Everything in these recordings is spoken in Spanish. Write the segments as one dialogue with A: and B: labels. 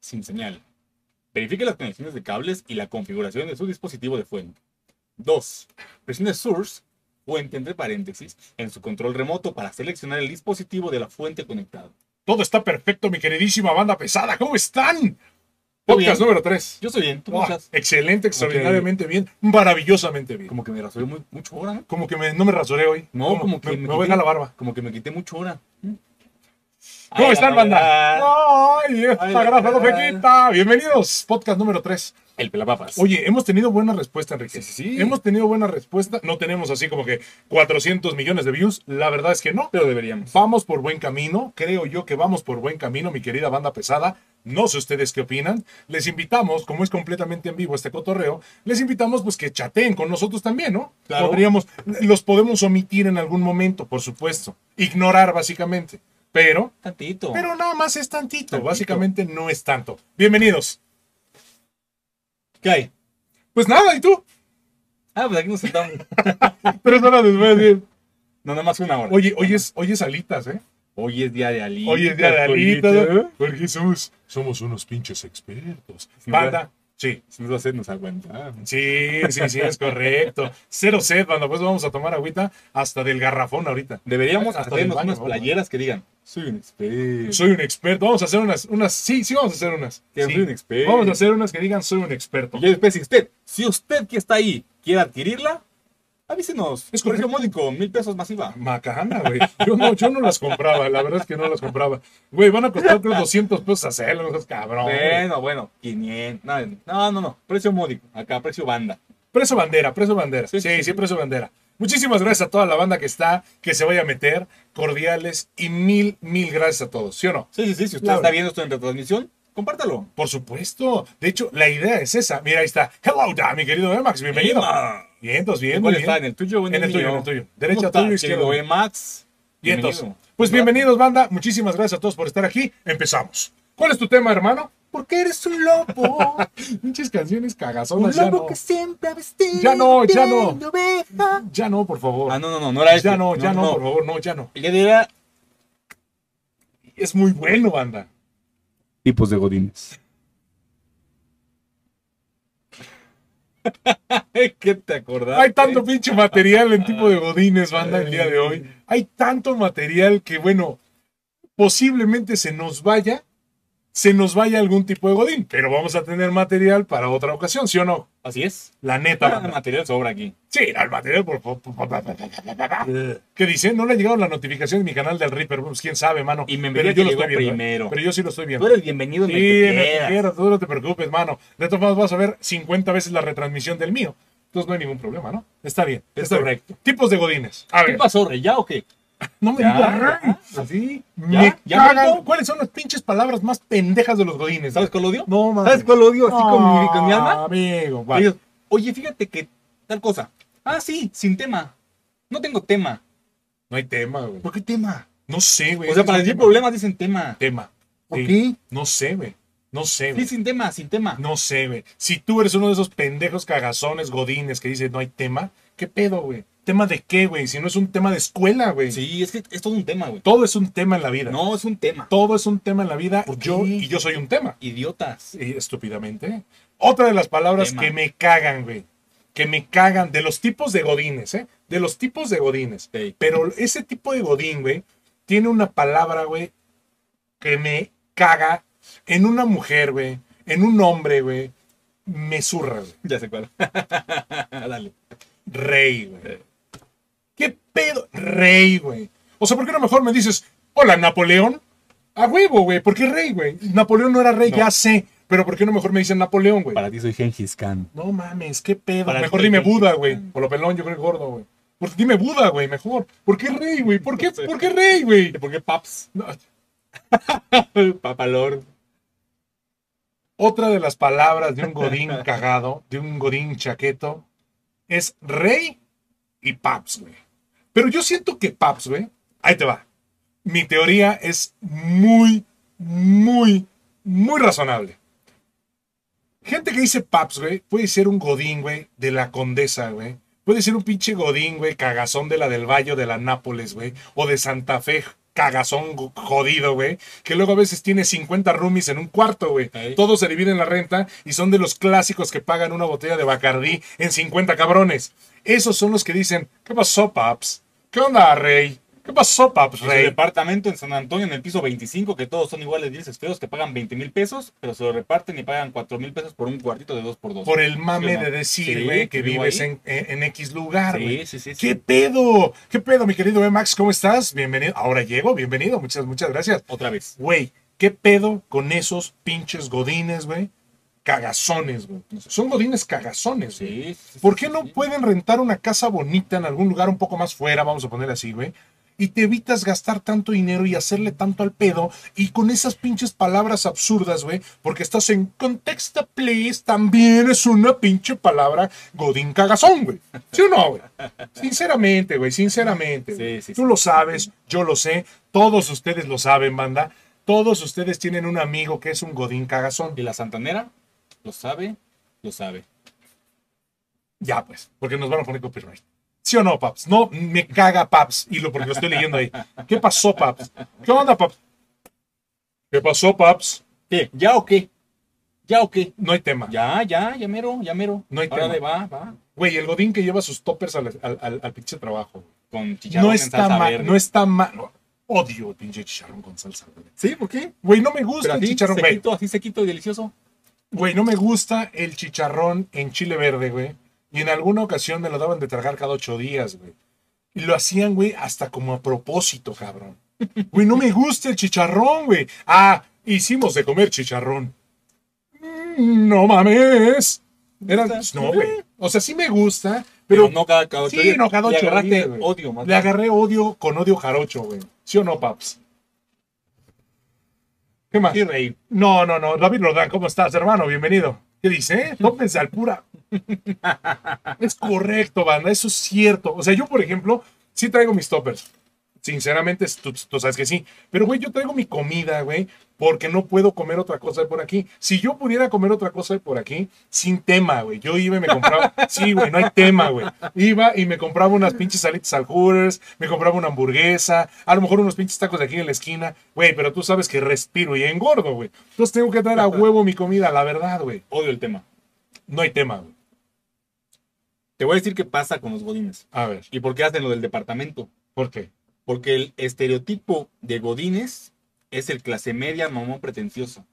A: sin señal. Verifique las conexiones de cables y la configuración de su dispositivo de fuente. 2. Presione Source, fuente entre paréntesis, en su control remoto para seleccionar el dispositivo de la fuente conectada.
B: Todo está perfecto, mi queridísima banda pesada. ¿Cómo están? Podcast
A: bien.
B: número 3.
A: Yo soy bien, tú muchas.
B: excelente, extraordinariamente bien, maravillosamente bien.
A: Como que me rasuré muy, mucho ahora, ¿no?
B: Como que me- no me rasuré hoy.
A: No, como que
B: me,
A: me
B: me
A: quité.
B: venga la barba.
A: Como que me quité mucho ahora.
B: ¿Cómo están, banda? ¡Ay,
A: Ay,
B: esta
A: la
B: gran
A: verdad.
B: flaquita! Bienvenidos, podcast número 3.
A: El pelapapas.
B: Oye, hemos tenido buena respuesta, Enrique.
A: Sí, sí, sí.
B: Hemos tenido buena respuesta. No tenemos así como que 400 millones de views. La verdad es que no.
A: pero deberíamos.
B: Vamos por buen camino, creo yo que vamos por buen camino, mi querida banda pesada. No sé ustedes qué opinan. Les invitamos, como es completamente en vivo este cotorreo, les invitamos pues que chateen con nosotros también, ¿no?
A: Claro.
B: Podríamos, los podemos omitir en algún momento, por supuesto. Ignorar básicamente. Pero,
A: Tantito.
B: pero nada más es tantito.
A: Tantito.
B: Básicamente no es tanto. Bienvenidos.
A: ¿Qué hay?
B: Pues nada, ¿y tú?
A: Ah, pues aquí nos sentamos.
B: Tres horas después. bien.
A: no, nada más una hora.
B: Oye, hoy es, hoy es alitas, ¿eh?
A: Hoy es día de Ali.
B: Hoy es día de alitas. ¿eh?
A: Alita.
B: Porque somos, somos unos pinches expertos. Banda, sí.
A: Si nos va a hacer, nos aguantamos.
B: Sí, sí, sí, es correcto. Cero sed, banda. Pues vamos a tomar agüita hasta del garrafón ahorita.
A: Deberíamos
B: Hasta del
A: hacernos
B: baño,
A: unas
B: vamos.
A: playeras que digan, soy un experto.
B: Soy un experto. Vamos a hacer unas, unas. Sí, sí, vamos a hacer unas.
A: Que
B: Sí.
A: soy un experto.
B: Vamos a hacer unas que digan soy un experto.
A: Y yo después, si usted, si usted que está ahí quiere adquirirla, avísenos.
B: Es
A: Es precio módico, mil pesos masiva.
B: Macana, güey. Yo no, yo no las compraba, la verdad es que no las compraba. Güey, van a costar creo 200 pesos hacerlo, esos cabrón. güey.
A: Bueno, bueno, 500. nada, No, no, no. Precio módico. Acá, precio banda.
B: Preso bandera, preso bandera. Sí,
A: Sí,
B: sí,
A: sí, sí.
B: preso bandera. Muchísimas gracias a toda la banda que está, que se vaya a meter, cordiales y mil, mil gracias a todos, ¿sí o no?
A: Sí, sí, sí. Si usted
B: Claro.
A: está viendo esto en retransmisión, compártalo.
B: Por supuesto. De hecho, la idea es esa. Mira, ahí está. Hello, da, mi querido Emax. Bienvenido.
A: Emma.
B: Bien, entonces, bien,
A: ¿En
B: muy
A: cuál
B: bien.
A: está? ¿En el tuyo o en,
B: En el tuyo,
A: mío?
B: en el tuyo.
A: ¿Cómo
B: Derecha,
A: está,
B: tuyo, izquierda.
A: querido, eh, Max.
B: Bien, entonces.
A: Bienvenido.
B: Pues bienvenidos, banda. Muchísimas gracias a todos por estar aquí. Empezamos. ¿Cuál es tu tema, hermano?
A: Porque eres un lobo.
B: Muchas canciones cagazonas.
A: un
B: Ya
A: lobo
B: no.
A: que siempre ha vestido.
B: Ya no, ya no.
A: de oveja.
B: ya no, por favor.
A: Ah, no, no, no. No era este.
B: ya no, ya no, por favor. No, ya no.
A: El día de era
B: Es muy bueno, banda.
A: tipos de godines. ¿Qué te acordás?
B: Hay tanto pinche material en tipo de godines, banda, el día de hoy. Hay tanto material que, bueno, posiblemente se nos vaya, se nos vaya algún tipo de godín, pero vamos a tener material para otra ocasión, ¿sí o no?
A: Así es.
B: La neta,
A: Ah,
B: banda.
A: material sobra aquí.
B: Sí, al material, por favor.
A: Eh,
B: ¿Qué dice? No le ha llegado la notificación de mi canal del Reaper, pues quién sabe, mano.
A: Y me
B: pero
A: envidia
B: yo
A: que
B: lo
A: llegó
B: estoy viendo. ¿eh?
A: primero.
B: Pero yo sí lo estoy
A: Tú
B: viendo.
A: eres bienvenido en
B: Sí,
A: el que
B: en el que
A: quieras.
B: quieras, tú no te preocupes, mano. De todas formas vas a ver 50 veces la retransmisión del mío. Entonces no hay ningún problema, ¿no? Está bien.
A: Es
B: está bien.
A: correcto.
B: Tipos de godines. A
A: ¿Qué
B: ver,
A: pasó, Rey? ¿Ya o qué?
B: no me
A: Ya,
B: digas.
A: ya, ¿Así?
B: Me
A: ¿Ya? ¿Ya?
B: cagan.
A: Beto?
B: ¿Cuáles son las pinches palabras más pendejas de los godines?
A: ¿Sabes cuál odio?
B: No, mames.
A: ¿Sabes cuál odio así con, mi, con mi alma?
B: Amigo, vale.
A: Ellos, Oye, fíjate que tal cosa. Ah, sí, sin tema. No tengo tema.
B: No hay tema, güey.
A: ¿Por qué tema?
B: No sé, güey.
A: O sea,
B: Es
A: para
B: un
A: decir
B: tema.
A: problemas dicen tema.
B: Tema.
A: ¿Por
B: Sí.
A: qué?
B: No sé, güey. No sé,
A: Sí,
B: güey.
A: sin tema, sin tema.
B: No sé, güey. Si tú eres uno de esos pendejos cagazones, godines, que dice no hay tema, ¿qué pedo, güey? ¿Tema de qué, güey? Si no es un tema de escuela, güey.
A: Sí, es que es todo un tema, güey.
B: Todo es un tema en la vida.
A: No, es un tema.
B: Todo es un tema en la vida.
A: ¿Por qué?
B: Yo y yo soy un tema.
A: Idiotas.
B: Y estúpidamente. Otra de las palabras
A: Tema.
B: que me cagan, güey. Que me cagan de los tipos de godines, ¿eh? De los tipos de godines.
A: Ey.
B: Pero ese tipo de godín, güey, tiene una palabra, güey, que me caga en una mujer, güey, en un hombre, güey. Me zurra, güey.
A: Ya sé cuál. Dale.
B: Rey, güey.
A: Eh.
B: ¿Qué pedo? Rey, güey. O sea, ¿por qué no mejor me dices, hola, Napoleón? A huevo, güey. ¿Por qué rey, güey? Napoleón no era rey,
A: No.
B: ya sé. Pero ¿por qué no mejor me dicen Napoleón, güey?
A: ti soy Gengis Khan.
B: No mames, qué pedo.
A: Para
B: mejor
A: ti,
B: dime
A: rey.
B: Buda, güey. O lo pelón, yo creo que gordo, güey. Porque dime Buda, güey, mejor. ¿Por qué rey, güey? ¿Por qué,
A: No sé.
B: ¿por qué rey, güey?
A: ¿Por qué Paps?
B: No.
A: Papalor.
B: Otra de las palabras de un godín cagado, de un godín chaqueto, es rey y paps, güey. Pero yo siento que paps, güey, ahí te va. Mi teoría es muy, muy, muy razonable. Gente que dice paps, güey, puede ser un godín, güey, de la condesa, güey. Puede ser un pinche godín, güey, cagazón de la del Valle, o de la Nápoles, güey. O de Santa Fe, cagazón gu- jodido, güey, que luego a veces tiene 50 roomies en un cuarto, güey.
A: Ey.
B: Todos se dividen la renta y son de los clásicos que pagan una botella de Bacardí en 50 cabrones. Esos son los que dicen, ¿qué pasó, paps? ¿Qué onda, rey? ¿Qué pasó, paps,
A: Es un
B: rey?
A: departamento en San Antonio, en el piso 25, que todos son iguales, 10 feos, que pagan 20 mil pesos, pero se lo reparten y pagan 4 mil pesos por un cuartito de 2x2.
B: Por el mame
A: Sí, ¿no?
B: de
A: Sí,
B: decir, güey, que
A: que vivo
B: vives
A: ahí.
B: en, en- en X lugar, güey.
A: Sí, sí, sí. sí.
B: ¿Qué pedo? ¿Qué pedo, mi querido eh, Max? ¿Cómo estás? Bienvenido. Ahora llego, bienvenido. Muchas, muchas gracias.
A: Otra vez.
B: Güey, ¿qué pedo con esos pinches godines, güey? Cagazones, güey. Son godines cagazones, güey.
A: Sí, sí,
B: ¿Por
A: sí,
B: qué
A: sí,
B: no
A: sí.
B: pueden rentar una casa bonita en algún lugar un poco más fuera, vamos a poner así, güey? Y te evitas gastar tanto dinero y hacerle tanto al pedo y con esas pinches palabras absurdas, güey, porque estás en contexto, please, también es una pinche palabra godín cagazón, güey. ¿Sí o no, güey? Sinceramente, güey, sinceramente.
A: Sí,
B: güey.
A: sí,
B: Tú
A: sí.
B: lo sabes, yo lo sé, todos ustedes lo saben, banda. Todos ustedes tienen un amigo que es un godín cagazón.
A: Y la Santanera lo sabe, lo sabe.
B: Ya, pues, porque nos van a poner copyright. ¿Sí o no, Paps? No, me caga Paps, y lo porque lo estoy leyendo ahí. ¿Qué pasó, Paps? ¿Qué onda, Paps? ¿Qué pasó, Paps?
A: ¿Qué? ¿Ya o qué? ¿Ya o qué?
B: No hay tema.
A: Ya, ya, ya mero, ya mero.
B: No hay
A: Ahora
B: tema.
A: de va, va.
B: Güey, el godín que lleva sus toppers al, al, al- al pinche trabajo.
A: Con chicharrón
B: No
A: en
B: está,
A: salsa
B: mal,
A: verde.
B: no está mal. Odio el pinche chicharrón con salsa. verde.
A: Sí, ¿por qué?
B: Güey, no me gusta
A: Pero
B: el
A: así,
B: Pues chicharrón, güey.
A: sequito, así sequito y delicioso.
B: Güey, no me gusta el chicharrón en chile verde, güey. Y en alguna ocasión me lo daban de tragar cada ocho días, güey. Y lo hacían, güey, hasta como a propósito, cabrón. Güey, no me gusta el chicharrón, güey. Ah, hicimos de comer chicharrón. Mm, No mames. Era, no, güey. O sea, sí me gusta,
A: Pero,
B: pero
A: no cada, cada ocho
B: Sí,
A: días.
B: no, cada
A: Le
B: ocho
A: agarraste
B: días, güey.
A: odio, más
B: le agarré odio con odio jarocho, güey. ¿Sí o no, paps? ¿Qué más?
A: Sí, rey.
B: No, no, no. David Rodán, ¿cómo estás, hermano? Bienvenido. ¿Qué dice? López al pura. es correcto, banda. Eso es cierto. O sea, yo, por ejemplo, sí traigo mis toppers. Sinceramente, tú, tú sabes que sí. Pero, güey, yo traigo mi comida, güey, porque no puedo comer otra cosa de por aquí. Si yo pudiera comer otra cosa de por aquí, sin tema, güey. Yo iba y me compraba. sí, güey, no hay tema, güey. Iba y me compraba unas pinches salitas al Hooters, me compraba una hamburguesa, a lo mejor unos pinches tacos de aquí en la esquina. Güey, pero tú sabes que respiro y engordo, güey. Entonces tengo que traer a huevo mi comida, la verdad, güey.
A: Odio el tema.
B: No hay tema, güey.
A: Te voy a decir qué pasa con los godines.
B: A ver,
A: ¿Y por qué hacen lo del departamento?
B: ¿por qué?
A: Porque el estereotipo de Godínez es el clase media mamón pretencioso.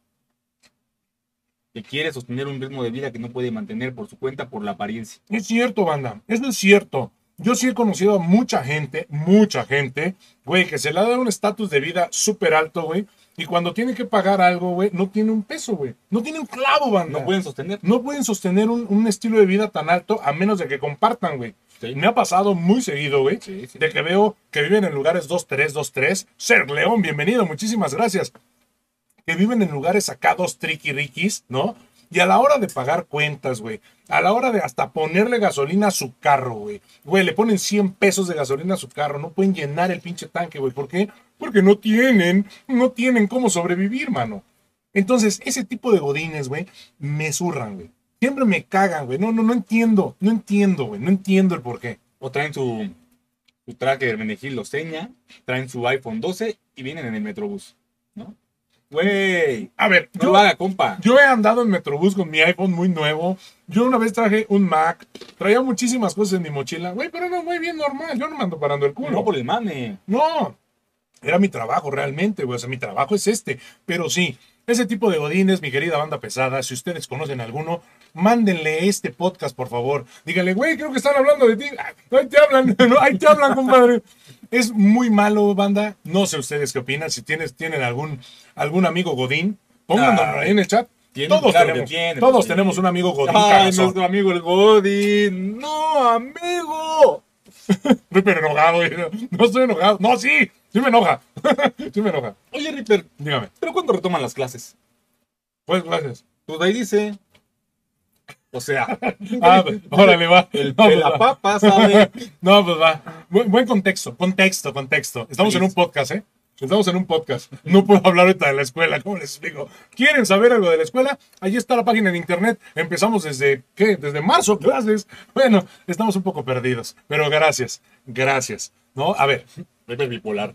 A: Que quiere sostener un ritmo de vida que no puede mantener por su cuenta por la apariencia.
B: Es cierto, banda. Eso es cierto. Yo sí he conocido a mucha gente, mucha gente, güey, que se le da un estatus de vida súper alto, güey. Y cuando tiene que pagar algo, güey, no tiene un peso, güey. No tiene un clavo, banda.
A: No pueden sostener.
B: No pueden sostener un, un estilo de vida tan alto a menos de que compartan, güey.
A: Sí,
B: Me ha pasado muy seguido, güey,
A: sí, sí.
B: de que veo que viven en lugares 2-3, 2-3. Ser León, bienvenido, muchísimas gracias. Que viven en lugares sacados triqui-riquis, ¿no? Y a la hora de pagar cuentas, güey, a la hora de hasta ponerle gasolina a su carro, güey, güey, le ponen 100 pesos de gasolina a su carro, no pueden llenar el pinche tanque, güey, ¿por qué? Porque no tienen, no tienen cómo sobrevivir, mano. Entonces, ese tipo de godines, güey, me zurran, güey. Siempre me cagan, güey. No, no, no entiendo, no entiendo, güey. No entiendo el por qué.
A: O traen su, su traje de Hermenegildo Seña, traen su iPhone 12 y vienen en el Metrobús. ¿No? Güey,
B: A ver,
A: no
B: yo,
A: lo haga, compa.
B: yo he andado en Metrobús con mi iPhone muy nuevo. Yo una vez traje un Mac. Traía muchísimas cosas en mi mochila. Güey, pero era muy bien normal. Yo no me ando parando el culo.
A: No por el mame.
B: No, era mi trabajo realmente, güey. O sea, mi trabajo es este. Pero sí, ese tipo de godines, mi querida banda pesada, si ustedes conocen alguno, mándenle este podcast, por favor. Díganle, güey, creo que están hablando de ti. Ah, Ahí te hablan, ¿no? ahí te hablan, compadre. Es muy malo, banda. No sé ustedes qué opinan. Si tienes, tienen algún, algún amigo godín, pónganlo
A: Ah,
B: ahí en el chat.
A: tienen,
B: todos
A: claro que
B: tenemos,
A: tienen,
B: todos
A: sí.
B: tenemos un amigo godín.
A: Ay,
B: cagazón.
A: nuestro amigo el Godín. No, amigo.
B: Estoy pero enojado. güey. No estoy enojado. No, sí. Sí me enoja. sí me enoja.
A: Oye, Ripper,
B: Dígame.
A: ¿pero cuándo retoman las clases?
B: Pues gracias.
A: Pues ahí dice. O sea,
B: Ah, órale, va.
A: el
B: no, pues
A: la
B: va.
A: papa sabe.
B: No, pues va. Bu- buen contexto, contexto, contexto. Estamos en
A: Listo.
B: un podcast, ¿eh? Estamos en un podcast. No puedo hablar ahorita de la escuela, ¿cómo les explico? ¿Quieren saber algo de la escuela? Allí está la página en internet. Empezamos desde, ¿qué? Desde marzo, clases. Bueno, estamos un poco perdidos, pero gracias, gracias. ¿No? A ver,
A: Pepe bipolar.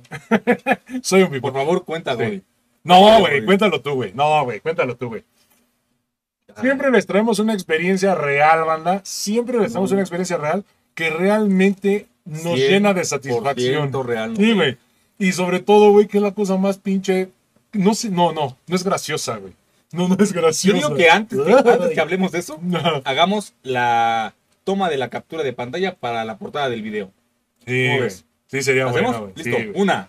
B: Soy un
A: Por
B: bipolar.
A: favor, cuenta, güey.
B: No, güey, cuéntalo tú, güey. No, güey, cuéntalo tú, güey.
A: Ah.
B: Siempre les traemos una experiencia real, banda. Siempre les traemos una experiencia real que realmente nos llena de satisfacción.
A: 100% real.
B: Sí, güey. Y sobre todo, güey, que es la cosa más pinche. No sé, no, no, no es graciosa, güey. No, no es
A: Yo
B: graciosa.
A: digo que antes, que antes que hablemos de eso,
B: No.
A: hagamos la toma de la captura de pantalla para la portada del video.
B: Sí,
A: ¿Cómo
B: güey.
A: ves?
B: Sí, sería
A: ¿Lo ¿Hacemos?
B: bueno, güey. Sí,
A: Listo.
B: güey.
A: Una,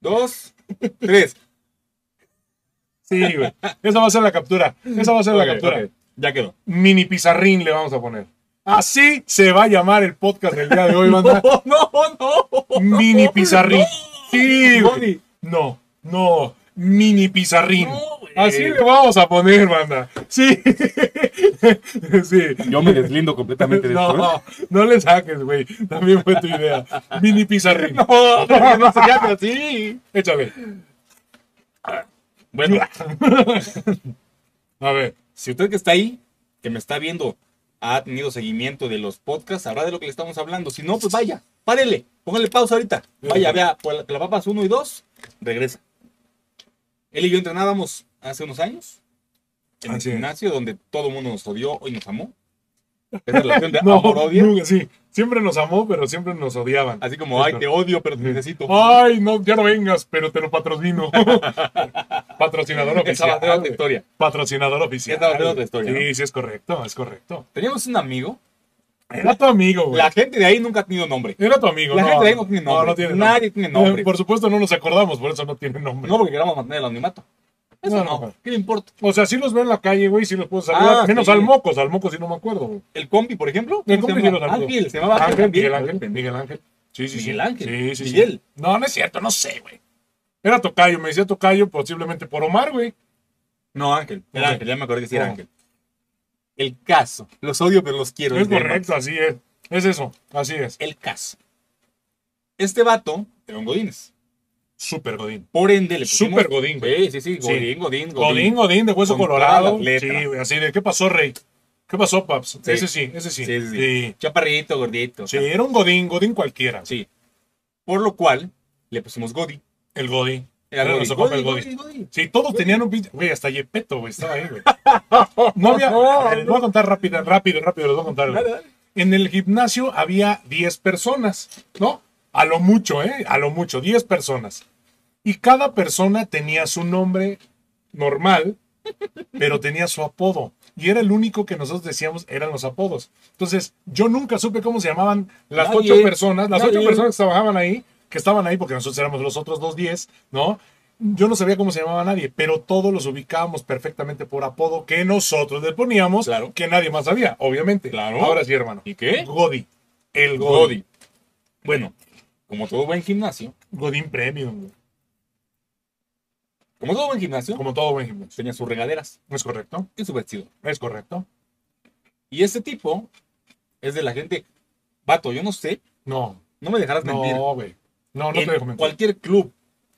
A: dos, tres.
B: Sí, güey. Esa va a ser la captura. Esa va a ser
A: Ok,
B: la captura.
A: ok, Ya quedó.
B: Mini pizarrín le vamos a poner. Así se va a llamar el podcast del día de hoy, banda.
A: No,
B: oh,
A: no, no.
B: Mini pizarrín. Sí, güey.
A: Body.
B: No, no. Mini pizarrín.
A: No, güey.
B: Así le vamos a poner, banda. Sí. sí.
A: Yo me deslindo completamente de esto. ¿eh?
B: No, no le saques, güey. También fue tu idea. Mini pizarrín.
A: No, no, no se llame así.
B: Échale.
A: Bueno,
B: A ver.
A: si usted que está ahí, que me está viendo, ha tenido seguimiento de los podcasts, sabrá de lo que le estamos hablando. Si no, pues vaya, párele, póngale pausa ahorita. Vaya, vea, por la, la papas 1 y 2, regresa. Él y yo entrenábamos hace unos años en el
B: Así es.
A: gimnasio donde todo el mundo nos odió y nos amó. Esa relación de
B: No,
A: amor-odio.
B: nunca, sí. Siempre nos amó, pero siempre nos odiaban.
A: Así como, ay, te odio, pero te necesito.
B: Ay, no, ya no vengas, pero te lo patrocino. Patrocinador
A: Esa va
B: oficial.
A: a ser otra
B: güey.
A: historia.
B: Patrocinador oficial.
A: Esa va a ser otra historia,
B: Sí, sí, es correcto, es correcto.
A: Teníamos un amigo.
B: Era tu amigo, güey.
A: Eh, La gente de ahí nunca ha tenido nombre.
B: Era tu amigo.
A: La
B: no,
A: gente ahí no tiene nombre.
B: tiene
A: Nadie
B: nombre.
A: tiene nombre.
B: Por supuesto, no nos acordamos, por eso no tiene nombre.
A: No porque queramos mantener el anonimato. Eso
B: No,
A: no.
B: no.
A: ¿Qué le importa?
B: O sea, sí los veo en la calle, güey, sí los puedo saludar.
A: Ah,
B: Menos
A: sí.
B: al Mocos, al Mocos sí no me acuerdo, güey.
A: El compi, por ejemplo.
B: El
A: ¿cómo
B: compi
A: se
B: sí lo
A: llama?
B: saludo.
A: Ángel, se llamaba Ángel.
B: Ángel,
A: Ah, también.
B: Miguel Ángel, Miguel Ángel. Sí, sí, sí.
A: Miguel Ángel,
B: Sí, sí, sí.
A: Miguel.
B: No, no es cierto, no sé, güey. Era Tocayo, me decía Tocayo posiblemente por Omar, güey.
A: No, Ángel. Era
B: Ok.
A: Ángel, ya me acordé que sí era
B: No.
A: Ángel. El caso. Los odio, pero los quiero.
B: Es
A: el tema.
B: correcto, así es. Es eso, así es.
A: El caso. Este vato era un Godínez.
B: Súper Godín.
A: Por ende, le pusimos...
B: Súper Godín, güey.
A: Sí, sí, sí. Godín,
B: Sí.
A: Godín, Godín.
B: Godín, Godín, de hueso
A: Con
B: colorado.
A: todas las letras.
B: Sí, güey, así de, ¿qué pasó, Rey? ¿Qué pasó, Paps?
A: Sí.
B: Ese sí, ese sí.
A: Sí, sí, sí.
B: Sí.
A: Chaparrito, gordito.
B: Sí, era un Godín, Godín cualquiera.
A: Sí. Por lo cual, le pusimos Godi.
B: El Godín.
A: Era
B: Era
A: Godi,
B: nuestro compa el
A: Godi,
B: Godi.
A: Godi, Godi.
B: Sí, todos tenían un pinche. Güey, hasta Yepeto, güey, estaba ahí, güey. No había. a ver, les voy a contar rápido, rápido, rápido, les voy a contar. güey.
A: Dale, dale.
B: En el gimnasio había 10 personas, ¿no? A lo mucho, ¿eh? A lo mucho, 10 personas. Y cada persona tenía su nombre normal, pero tenía su apodo. Y era el único que nosotros decíamos eran los apodos. Entonces, yo nunca supe cómo se llamaban las
A: Nadie.
B: ocho personas, las ocho
A: Nadie.
B: personas que trabajaban ahí, que estaban ahí porque nosotros éramos los otros dos diez, ¿no? Yo no sabía cómo se llamaba nadie, pero todos los ubicábamos perfectamente por apodo que nosotros le poníamos,
A: Claro.
B: que nadie más sabía, obviamente.
A: Claro.
B: Ahora sí, hermano. ¿Eh?
A: ¿Y qué?
B: Godi. El Godi.
A: Godi. Bueno, como todo buen gimnasio,
B: Godín Premium, güey.
A: como todo buen gimnasio,
B: como todo buen gimnasio.
A: tenía sus regaderas
B: ¿Es correcto?
A: y su vestido.
B: ¿Es correcto?
A: Y este tipo es de la gente, vato, yo no sé,
B: No.
A: no me dejarás mentir.
B: No, güey. No, no te
A: En
B: dejo mentir.
A: cualquier club,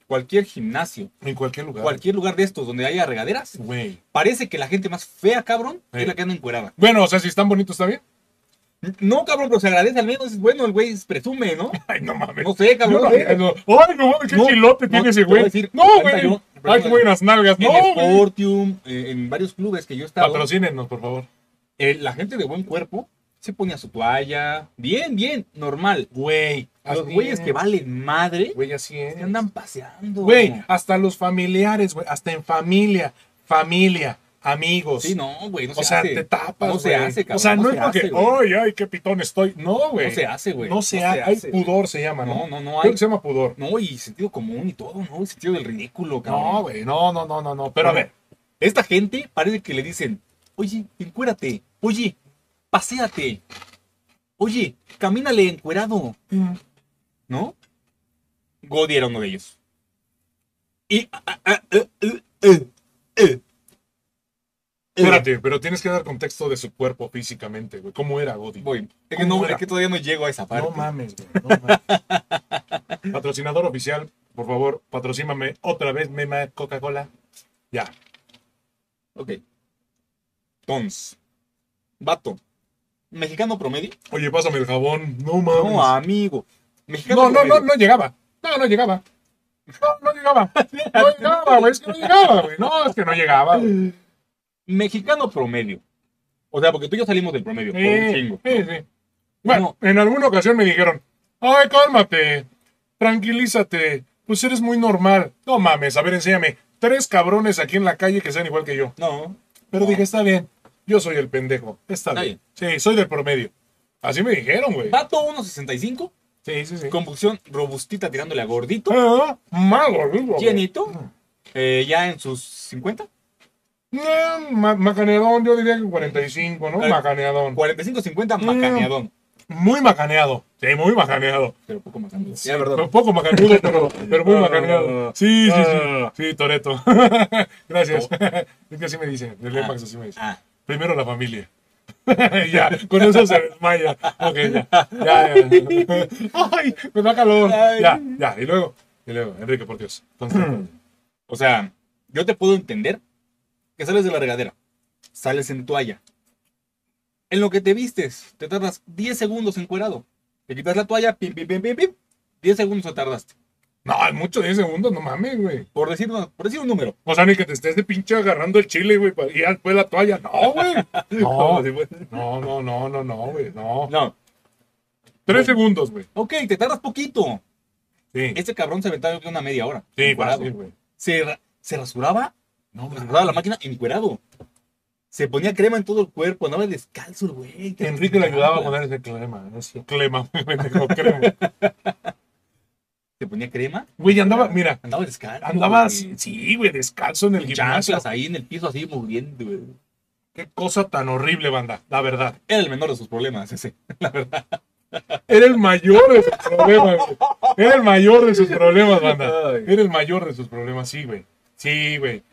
A: cualquier gimnasio,
B: en cualquier lugar.
A: cualquier lugar de estos donde haya regaderas,
B: Güey.
A: parece que la gente más fea, cabrón,
B: Sí.
A: es la que anda encuerada.
B: Bueno, o sea, si están bonitos, ¿está bien?
A: No, cabrón, pero se agradece al menos, bueno, el güey presume, ¿no?
B: Ay, no mames.
A: No sé, cabrón.
B: No, ay, no, ay, no mames, qué
A: No,
B: chilote
A: no,
B: tiene
A: te
B: ese
A: voy a
B: güey.
A: decir,
B: No,
A: ahorita
B: güey.
A: yo-
B: Ay, qué buenas nalgas. No,
A: en
B: güey. Ah,
A: Sportium, eh, en varios clubes que yo estaba,
B: Patrocínenos, por favor.
A: la gente de buen cuerpo se ponía su toalla, bien, bien, normal.
B: Güey.
A: Los güeyes que valen madre,
B: Güey, así es.
A: se andan paseando.
B: Güey, hasta los familiares, güey. Hasta en familia. Familia. Amigos.
A: Sí, no, güey, no
B: Pues
A: se
B: o sea,
A: hace.
B: te tapas.
A: No se
B: güey.
A: hace, cabrón,
B: O sea, no,
A: no
B: es
A: se
B: porque,
A: hace, güey.
B: ay, ay, qué pitón estoy. No, güey.
A: No se hace, güey.
B: No se hace. Hay
A: güey.
B: pudor, se llama.
A: No, no, no
B: Creo
A: hay.
B: que se llama pudor.
A: No, y sentido común y todo, ¿no? Sentido del ridículo, cabrón.
B: No, güey. No, no, no, no, no. Pero a ver.
A: Esta gente parece que le dicen, oye, encuérate, oye, paséate, oye, camínale encuerado, ¿no? Godi era uno de ellos. Y... ah, ah, eh, eh, eh, eh.
B: Espérate, pero tienes que dar contexto de su cuerpo físicamente, güey. ¿Cómo era Godi?
A: Voy. Es que,
B: ¿Cómo
A: no,
B: era?
A: es que todavía no llego a esa parte.
B: No mames, güey. No mames. Patrocinador oficial, por favor, patrocíname otra vez, Mema Coca-Cola. Ya.
A: Ok. Tons. Vato. Mexicano promedio.
B: Oye, pásame el jabón. No mames.
A: No, ah, amigo. Mexicano
B: No, no, no,
A: promedio.
B: no llegaba. No, No, no llegaba. No, no llegaba. No llegaba, güey. Es que no llegaba, güey. No, es que no llegaba. güey.
A: Mexicano promedio. O sea, porque tú y yo salimos del promedio. por un
B: Sí,
A: chingo.
B: sí, sí. Bueno, en alguna ocasión me dijeron, ay, cálmate, tranquilízate, pues eres muy normal. No mames, a ver, enséñame. Tres cabrones aquí en la calle que sean igual que yo.
A: No.
B: Pero dije, está bien, yo soy el pendejo. Está
A: Está
B: bien. Ah, Sí, soy del promedio. Así me dijeron, güey.
A: Vato 1.65,
B: Sí, sí, sí.
A: convulsión robustita tirándole a gordito.
B: Ah, mago, güey.
A: Llenito. eh, ya en sus 50.
B: No, Ah, ma- macaneadón, yo diría que 45, ¿no?
A: Ay.
B: Macaneadón.
A: 45, 50,
B: Eh.
A: macaneadón.
B: Muy macaneado. Sí, muy macaneado.
A: Pero poco macaneado.
B: Sí, Un poco macanudo, pero, pero muy
A: Ah,
B: macaneado. Sí, sí, sí.
A: ah.
B: Sí, Toreto. Gracias. Es que así me dicen. El Lemax así me dice.
A: Ah,
B: Primero la familia. ya, con eso se desmaya. Ok, ya. Ya, ya. Ay, me da calor.
A: Ay.
B: Ya, ya. Y luego, y luego, Enrique, por Dios. Entonces,
A: o sea, yo te puedo entender que sales de la regadera, sales en toalla. En lo que te vistes, te tardas 10 segundos encuerado. Te quitas la toalla, pim, pim, pim, pim, pim. 10 segundos te tardaste.
B: no, es mucho 10 segundos, no mames, güey.
A: Por decir, una- por decir un número.
B: O sea, ni que te estés de pinche agarrando el chile, güey, pa- y ya después la toalla. No, güey. No,
A: Como si fuera-
B: no, no, no, no, no, güey. No.
A: No.
B: Tres segundos, güey.
A: Ok, te tardas poquito.
B: Sí.
A: Este cabrón se aventaba yo creo, una media hora.
B: Sí,
A: encuerado.
B: fácil, güey.
A: se, ra- se rasuraba,
B: No,
A: se rasuraba la máquina encuerado. Se ponía crema en todo el cuerpo, andaba descalzo el güey.
B: Enrique le ayudaba a poner ese clema. Ese clema, güey, pendejo, crema.
A: Se ponía crema,
B: Güey, andaba, mira,
A: andaba descalzo.
B: andaba
A: güey.
B: así, sí, güey, descalzo en el
A: En
B: gimnasio.
A: chanclas ahí en el piso así muriendo, güey.
B: Qué cosa tan horrible, banda, la verdad.
A: Era el menor de sus problemas ese.
B: Era el mayor de sus problemas, güey. Era el mayor de sus problemas, banda.
A: Ay.
B: Era el mayor de sus problemas, sí, güey. Sí, güey.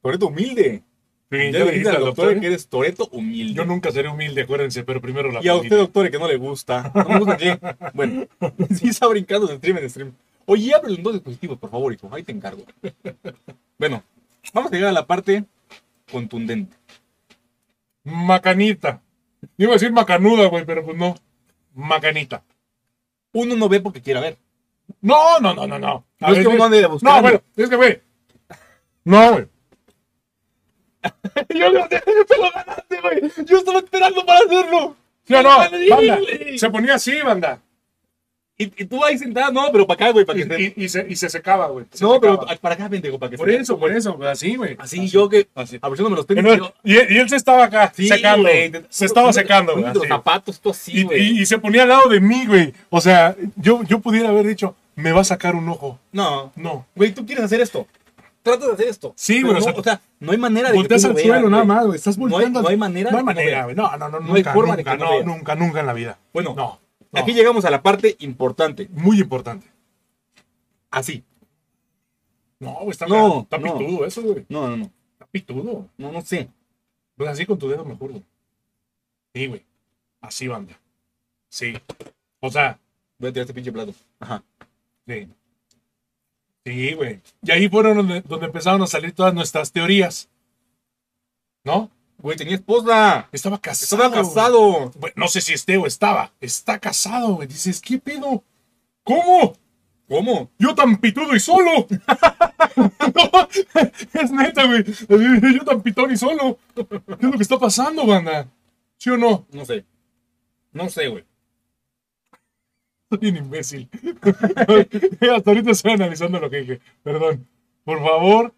A: Toreto humilde.
B: Sí,
A: ya
B: ya
A: le
B: dijiste
A: dijiste al doctor
B: ¿eh?
A: que eres Toreto humilde.
B: Yo nunca seré humilde, acuérdense, pero primero la
A: y a
B: familia.
A: usted, doctor, que no le gusta. ¿No me gusta qué? Bueno, sí está brincando de stream en stream. Oye, ábrele en dos dispositivos, por favor, hijo. Ahí te encargo. Bueno, vamos a llegar a la parte contundente.
B: Macanita. Iba a decir macanuda, güey, pero pues no. Macanita.
A: Uno no ve porque quiera ver.
B: No, no, no, no, no.
A: No
B: A
A: es que
B: veces-
A: uno ande
B: No,
A: buscando.
B: bueno, es que, güey. No, güey.
A: yo lo sé, te lo ganaste, güey. Yo estaba esperando para hacerlo.
B: Sí o no,
A: Madre,
B: banda.
A: güey.
B: Se ponía así, banda.
A: Y, y tú ahí sentada, no, pero para acá, güey, para que se...
B: Y, y- y se, y se secaba, güey. Se
A: No, pero
B: secaba.
A: para acá, pendejo, para que
B: Por
A: se...
B: eso, por eso, güey, así, güey.
A: Así, yo que...
B: Así.
A: Abriéndome los
B: Y,
A: tenis.
B: no-
A: yo-
B: y él, y él se estaba acá,
A: Sí,
B: secando.
A: güey.
B: Se estaba
A: Ponte-
B: secando, güey.
A: ponte
B: así,
A: Los
B: güey.
A: zapatos, tú así,
B: Y,
A: güey.
B: y- y se ponía al lado de mí, güey. O sea, yo, yo pudiera haber dicho, me va a sacar un ojo.
A: No,
B: No.
A: güey, tú quieres hacer esto. Trata de hacer esto.
B: Sí,
A: Pero
B: güey, o
A: no,
B: sea,
A: o sea, no hay manera de que
B: Volteas
A: tú lo
B: al
A: veas,
B: suelo nada
A: güey.
B: más, güey. Estás
A: No hay-
B: volteando.
A: no hay manera de que
B: No hay
A: no
B: manera,
A: veas.
B: güey. No, no, no, nunca.
A: No hay forma de
B: nunca,
A: que no
B: no,
A: veas.
B: nunca, nunca en la vida.
A: Bueno,
B: no. no.
A: Aquí llegamos a la parte importante.
B: Muy importante.
A: Así.
B: No, güey, está,
A: No,
B: está
A: no.
B: pitudo eso, güey.
A: No, no, no.
B: Está pitudo.
A: No, no sé.
B: Pues así con tu dedo mejor, güey. Sí, güey. Así, banda. Sí. O sea,
A: Voy a tirar este pinche plato. Ajá.
B: sí. Sí, güey. Y ahí fueron donde, donde empezaron a salir todas nuestras teorías. ¿No?
A: Güey, tenía esposa.
B: Estaba casado.
A: Estaba
B: güey.
A: casado.
B: Bueno, no sé si esté o estaba. Está casado, güey. Dices, ¿qué pedo? ¿Cómo?
A: ¿Cómo?
B: Yo tan pitudo y solo. es neta, güey. Yo tan pitón y solo. ¿Qué es lo que está pasando, banda? ¿Sí o no?
A: No sé. No sé, güey.
B: Soy un imbécil. Hasta ahorita estoy analizando lo que dije. Perdón. Por favor.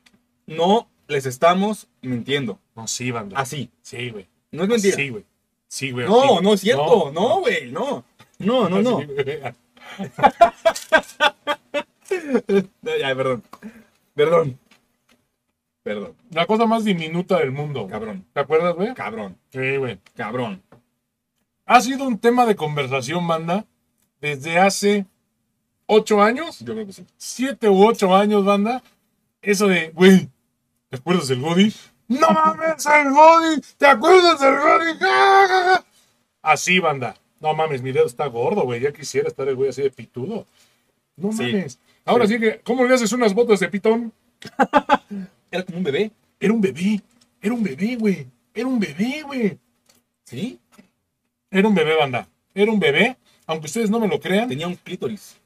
A: No les estamos mintiendo.
B: No, sí, banda.
A: Así.
B: Sí, güey.
A: Ah, No es mentira.
B: Sí, güey. Sí, güey.
A: no,
B: Sí.
A: no es cierto. No, güey. No. No, no, no.
B: Sí, güey.
A: Ay, perdón. Perdón. Perdón.
B: La cosa más diminuta del mundo. güey.
A: Cabrón.
B: ¿Te acuerdas, güey?
A: Cabrón.
B: Sí, güey.
A: Cabrón.
B: ha sido un tema de conversación, banda, desde hace ocho años,
A: Yo creo que sí.
B: siete u ocho años, banda. Eso de, güey, ¿te acuerdas del Godi? ¡No mames, el Godi! ¿Te acuerdas del Godi? ¡Ja, ja, ja! Así, banda. No mames, mi dedo está gordo, güey. Ya quisiera estar el güey así de pitudo. No
A: Sí.
B: mames. Ahora sí. que, ¿cómo le haces unas botas de pitón?
A: Era como un bebé.
B: Era un bebé. Era un bebé, güey. Era un bebé, güey.
A: ¿Sí?
B: Era un bebé, banda. Era un bebé. Aunque ustedes no me lo crean,
A: Tenía un clítoris.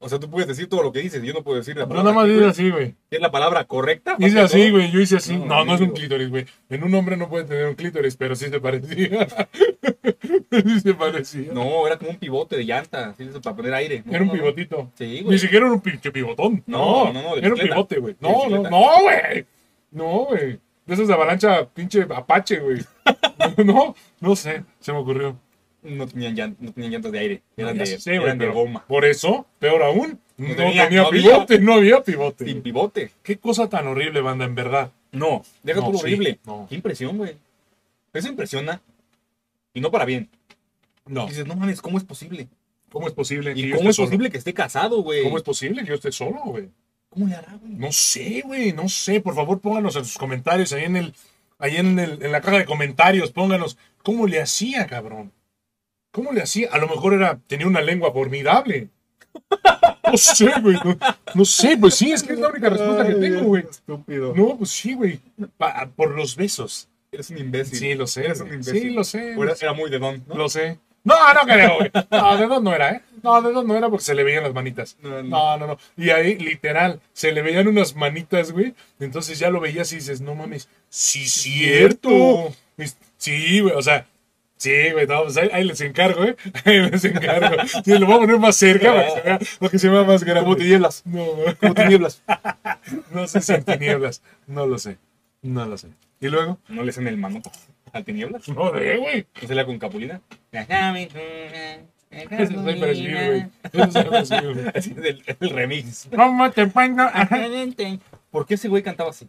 A: O sea, tú puedes decir todo lo que dices, yo no puedo decir la
B: No,
A: palabra.
B: nada más
A: que
B: dice
A: tú-
B: así, güey.
A: ¿Es la palabra correcta?
B: Hice
A: Más que
B: así,
A: todo.
B: güey. Yo hice así.
A: No,
B: No, no es un
A: amigo.
B: clítoris, güey. En un hombre no puede tener un clítoris, pero sí se parecía. sí se parecía.
A: No, era como un pivote de llanta, así, eso, para poner aire. No,
B: Era un
A: no, no.
B: pivotito.
A: Sí,
B: Ni
A: güey.
B: siquiera era un pinche pivotón. No,
A: No, no, no, de
B: era un
A: bicicleta.
B: pivote, güey.
A: De
B: No, no,
A: bicicleta.
B: no, güey. No, güey. De esas de avalancha pinche apache, güey. no, no sé. Se me ocurrió.
A: No tenían, llan- no tenían llantas de aire, eran,
B: Ya
A: de,
B: sé, güey,
A: eran de
B: pero
A: goma.
B: Por eso, peor aún, no,
A: No
B: tenía,
A: tenía, no había.
B: pivote, no había pivote.
A: Sin pivote.
B: Qué cosa tan horrible, banda, en verdad.
A: No, deja
B: No,
A: tú lo
B: sí,
A: horrible.
B: no.
A: Qué impresión, güey. Eso impresiona. Y no para bien.
B: No.
A: Dices, no mames, ¿cómo es posible?
B: ¿Cómo es posible? que
A: ¿Y
B: yo
A: cómo
B: esté
A: es
B: solo?
A: posible que esté casado, güey?
B: ¿Cómo es posible que yo esté solo, güey?
A: ¿Cómo le hará, güey?
B: No sé, güey, no sé. Por favor, pónganos en sus comentarios, ahí en el, ahí en, el- en la caja de comentarios, pónganos. ¿Cómo le hacía, cabrón? ¿Cómo le hacía? A lo mejor era, tenía una lengua formidable. No sé, güey. No, no sé, pues sí, es que es la única respuesta que tengo, güey.
A: Estúpido.
B: No, pues sí, güey. Pa- Por los besos.
A: Eres un
B: Sí,
A: imbécil.
B: lo sé.
A: Eres un
B: güey.
A: imbécil.
B: Sí, lo sé.
A: O era, era muy de don, ¿no?
B: Lo sé. No, no creo, güey. No, de dos no era, ¿eh? No, de dos no era porque se le veían las manitas.
A: No, no.
B: No, no, no. Y ahí, literal, se le veían unas manitas, güey. Entonces ya lo veías y dices, no mames, sí, cierto. Es- Sí, güey, o sea, sí, güey, no, pues ahí, ahí les encargo, ¿eh? Ahí les encargo. Sí, lo voy a poner más cerca para que se vea, para que se vea más grande.
A: Como tinieblas.
B: No, güey,
A: Como tinieblas.
B: no sé si en tinieblas. No lo sé. No lo sé. ¿Y luego?
A: ¿No le hacen el mano al tinieblas?
B: No, de, güey.
A: ¿No se la con capulina?
B: Eso es para escribir, güey. Eso es para escribir, güey.
A: Así es el, el remix.
B: ¿Cómo te pongo? Ajá.
A: ¿Por qué ese güey cantaba así?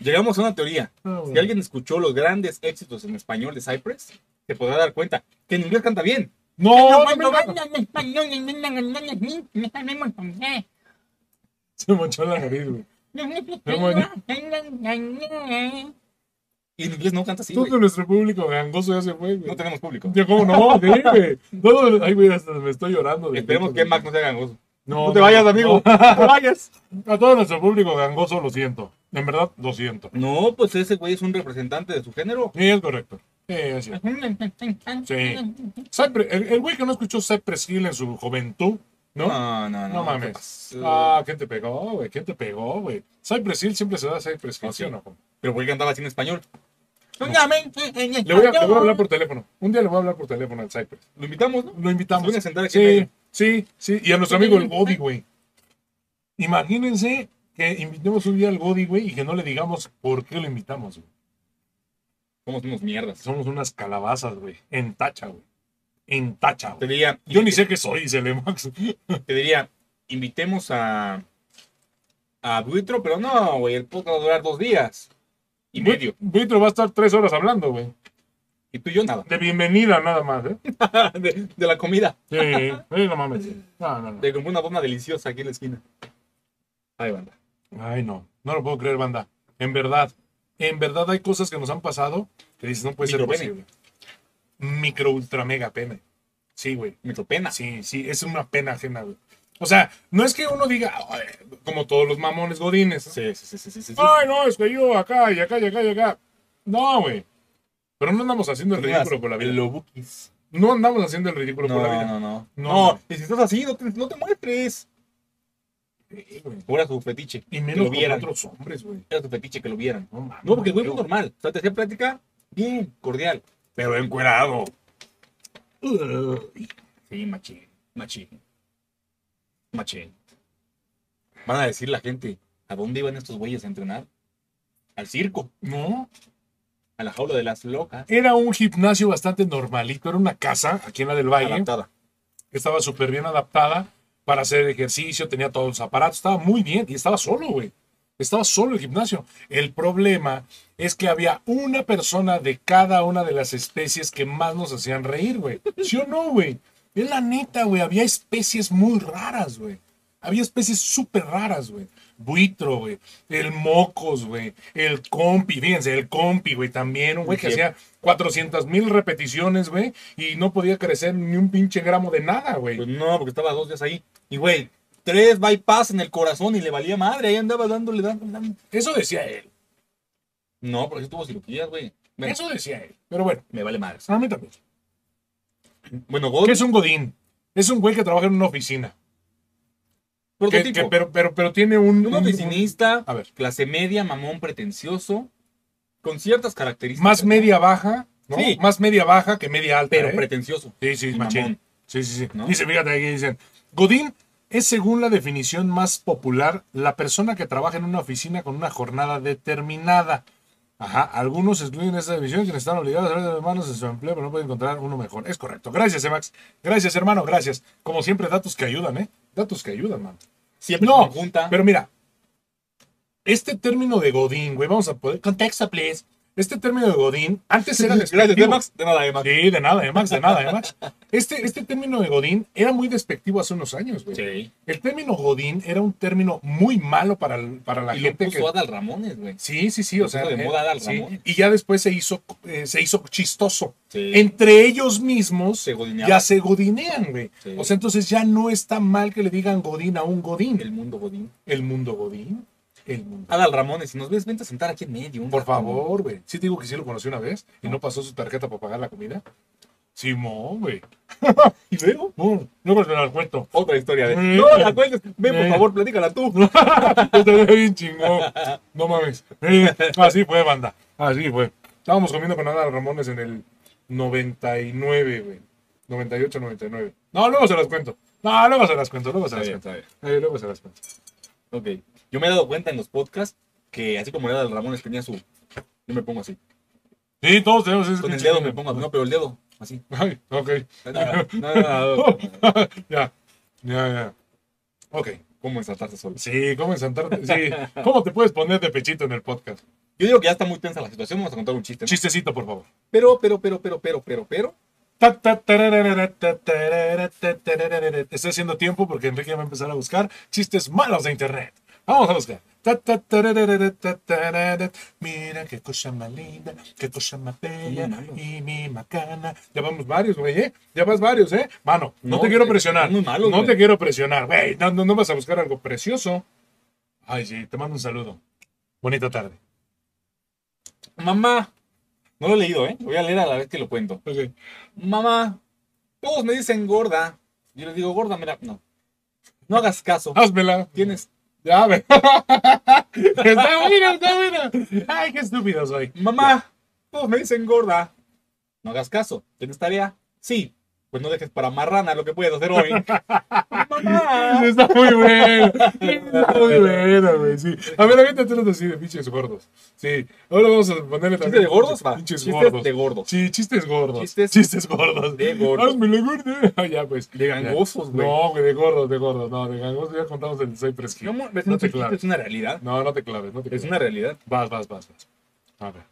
A: Llegamos a una teoría.
B: No,
A: Si
B: güey.
A: alguien escuchó los grandes éxitos en español de Cypress, se podrá dar cuenta que en inglés canta bien.
B: No, no, no, no. Se manchó la nariz, güey.
A: Y en inglés no canta así. güey.
B: Todo nuestro público gangoso ya se fue, güey.
A: No tenemos público.
B: Ya, ¿Cómo no? Sí, güey. Todo el- Ay, güey, hasta me estoy llorando. de-
A: Esperemos que Max no sea gangoso.
B: No,
A: No te vayas, amigo.
B: no.
A: No te vayas.
B: A todo nuestro público gangoso lo siento. En verdad, lo siento.
A: No, pues ese güey es un representante de su género.
B: Sí, es correcto. Sí, es cierto. Cypre- el, el güey que no escuchó Cypress Hill en su juventud, ¿no?
A: No, Ah, no, Pues, eh, no.
B: No mames.
A: ¿qué pasó?
B: Ah, ¿quién te pegó, güey? ¿Quién te pegó, güey? Cypress Hill siempre se da Cypress Hill,
A: Ah,
B: ¿sí o
A: sí.
B: no?
A: Pero porque cantaba así en español.
B: Le
A: Ah,
B: voy, a, le voy a hablar por teléfono. Un día le voy a hablar por teléfono al Cypress.
A: Lo invitamos, ¿no?
B: Lo invitamos.
A: Voy a sentar aquí
B: sí,
A: medio.
B: sí, sí. Y a nuestro amigo el Godi, güey. Imagínense que invitemos un día al Godi, güey, y que no le digamos por qué lo invitamos, güey.
A: Somos unos mierdas.
B: Somos unas calabazas, güey. En tacha, güey. En tacha,
A: Te
B: güey.
A: diría,
B: Yo ni sé qué soy, dice el Max.
A: te diría, invitemos a a Buitro, pero no, güey, el podcast va a durar dos días y medio.
B: Buitro va a estar tres horas hablando, güey.
A: Y tú y yo nada.
B: De bienvenida nada más, ¿eh?
A: De, de la comida.
B: Sí, sí, no mames. No, no, no.
A: Te compré una dona deliciosa aquí en la esquina. Ay, banda.
B: Ay, no. No lo puedo creer, banda. En verdad. En verdad hay cosas que nos han pasado que dices, no puede ser
A: Micropene.
B: posible. Micro, ultra, mega pene. Sí, güey.
A: Micropena.
B: Sí, sí, es una pena ajena, güey. O sea, no es que uno diga, "Ay", como todos los mamones godines, ¿no?
A: Sí, sí, sí, sí, sí, sí.
B: ay, no, es que yo acá y acá y acá y acá. No, güey. Pero no andamos haciendo
A: Pues
B: el ridículo por la vida.
A: Lobukis.
B: No andamos haciendo el
A: No,
B: ridículo por la vida.
A: no, no.
B: No,
A: No, y si estás así, no te, no te muestres.
B: Sí, güey.
A: O era su fetiche.
B: Y
A: Que lo
B: menos con
A: vieran.
B: otros hombres, güey.
A: Era su fetiche que lo vieran.
B: No, mames,
A: No, porque el güey
B: güey.
A: muy normal. O sea, te hacía plática bien, cordial.
B: Pero encuerado. Uy.
A: Sí, machín, machín, machín. Van a decir la gente, ¿a dónde iban estos güeyes a entrenar? Al circo,
B: No,
A: a la jaula de las locas.
B: Era un gimnasio bastante normalito, era una casa aquí en la del Valle,
A: Adaptada.
B: que estaba súper bien adaptada para hacer ejercicio, tenía todos los aparatos, estaba muy bien y estaba solo, güey. Estaba solo el gimnasio. El problema es que había una persona de cada una de las especies que más nos hacían reír, güey. ¿Sí o no, güey? Es la neta, güey. Había especies muy raras, güey. Había especies súper raras, güey. Buitro, güey. El mocos, güey. El compi, fíjense, el compi, güey. También un güey que
A: Sí.
B: hacía 400 mil repeticiones, güey. Y no podía crecer ni un pinche gramo de nada, güey.
A: Pues no, porque estaba dos días ahí. Y güey, tres bypass en el corazón y le valía madre. Ahí andaba dándole, dándole, dándole.
B: Eso decía él.
A: No, porque sí tuvo cirugías, güey. Bueno,
B: Eso decía él. Pero bueno,
A: me vale madre.
B: a mí también.
A: Bueno,
B: ¿Qué
A: Godín,
B: es un godín? Es un güey que trabaja en una oficina. Que-
A: Prototipo.
B: que- pero, pero, pero tiene un.
A: un
B: un-
A: oficinista,
B: a ver.
A: clase media, mamón pretencioso, con ciertas
B: un-
A: características.
B: más media baja, ¿no?
A: Sí.
B: Más media baja que media alta.
A: Pero
B: ¿eh?
A: pretencioso.
B: Sí, sí,
A: y
B: machín.
A: mamón.
B: Sí, sí, sí.
A: ¿No?
B: Dice, fíjate aquí, dicen. Godín es, según la definición más popular, la persona que trabaja en una oficina con una jornada determinada. Ajá, algunos excluyen esta definición quienes están obligados a hacer de manos en su empleo, pero no pueden encontrar uno mejor. Es correcto. Gracias, Emax. Gracias, hermano. Gracias. Como siempre, datos que ayudan, ¿eh? Datos que ayudan, man.
A: Siempre
B: No,
A: se junta.
B: pero mira, este término de Godín, güey, vamos a poder. Contexto, please. Este término de Godín, antes era
A: Gracias,
B: despectivo.
A: Emax. De nada, Emax.
B: Sí, de nada, de Max, de nada, de Max. Este, este término de Godín era muy despectivo hace unos años, güey.
A: Sí.
B: El término Godín era un término muy malo para, el- para la
A: y lo
B: gente
A: puso
B: que.
A: Adal Ramones, güey.
B: Sí, sí, sí,
A: lo
B: o sea.
A: puso de
B: eh,
A: moda Adal
B: sí,
A: Ramones.
B: Y ya después se hizo, eh, se hizo chistoso.
A: Sí.
B: Entre ellos mismos
A: Se godineaba.
B: ya se godinean, güey.
A: Sí.
B: O sea, entonces ya no está mal que le digan Godín a un Godín.
A: El mundo godín.
B: El mundo Godín. El mundo.
A: Adal Ramones, si nos ves, vente a sentar aquí en medio. un
B: Por
A: rato.
B: favor, güey. Sí te digo que sí lo conocí una vez y no pasó su tarjeta para pagar la comida. Simón, güey.
A: Y luego,
B: No, luego te lo cuento.
A: otra historia de...
B: Mm.
A: No, la cuentes. Ven, por
B: Mm.
A: favor, platícala tú.
B: Estaría bien chingón. No mames. Eh, así fue, banda. Así fue. Estábamos comiendo con Ana Ramones en el 99, güey. 98, 99. No, luego se las cuento. No, luego se las cuento, luego se
A: Está
B: las
A: bien,
B: cuento.
A: está bien.
B: Eh, luego se las cuento.
A: Ok. Yo me he dado cuenta en los podcasts que así como Adal Ramones tenía su... Yo me pongo así.
B: Sí, todos tenemos ese
A: Con el
B: pinche-
A: dedo me pongo... No, pero el dedo. Así.
B: Ay, ok.
A: No, no, no, no, no.
B: Ya. Ya, ya. Ok.
A: ¿Cómo ensartarse solo?
B: Sí, ¿cómo ensantarte? Sí. ¿Cómo te puedes poner de pechito en el podcast?
A: Yo digo que ya está muy tensa la situación. Vamos a contar un chiste. ¿no?
B: Chistecito, por favor.
A: Pero, pero, pero, pero, pero, pero, pero...
B: Ta, ta, tararara, ta, tararara, ta, tararara. Estoy haciendo tiempo porque Enrique ya va a empezar a buscar chistes malos de internet. Vamos a buscar. Ta, ta, tararara, ta, tarara. Mira qué cosa más linda, qué cosa más bella
A: Muy malo.
B: y mi macana. Ya vamos varios, güey, ¿eh? Ya vas varios, ¿eh? Mano, no,
A: No,
B: te quiero
A: güey,
B: presionar.
A: están muy malos,
B: no te
A: güey.
B: quiero presionar, güey. No, no, no vas a buscar algo precioso. Ay, sí, te mando un saludo. Bonita tarde.
A: Mamá. No lo he leído, ¿eh? Lo Voy a leer a la vez que lo cuento. Mamá, todos me dicen gorda. Yo les digo, gorda, mira, no. No hagas caso.
B: Házmela.
A: Tienes.
B: Ya, ve. está buena, está buena. Ay, qué estúpido soy.
A: Mamá, todos me dicen gorda. No hagas caso. ¿Tienes tarea? Sí. Pues no dejes para marrana lo que puedes hacer hoy. Mamá.
B: Está muy bueno. Está muy bueno, güey. Sí. A ver, ahorita te lo así de pinches gordos. Sí. Ahora vamos a ponerle también.
A: ¿Chistes de gordos? Va.
B: Pinches
A: Chistes
B: gordos.
A: de gordos.
B: Sí, chistes gordos.
A: Chistes-
B: gordos.
A: de gordos.
B: Hazme la gorda. Ah, ya, pues.
A: De gangosos, güey.
B: No, güey, de gordos, de gordos. No, de gangosos ya contamos el soy fresquito.
A: No, amor,
B: No
A: es
B: te
A: un chiste,
B: claves.
A: es una realidad.
B: No, no te claves, no te claves.
A: Es una realidad.
B: Vas, vas, vas, vas. A ver.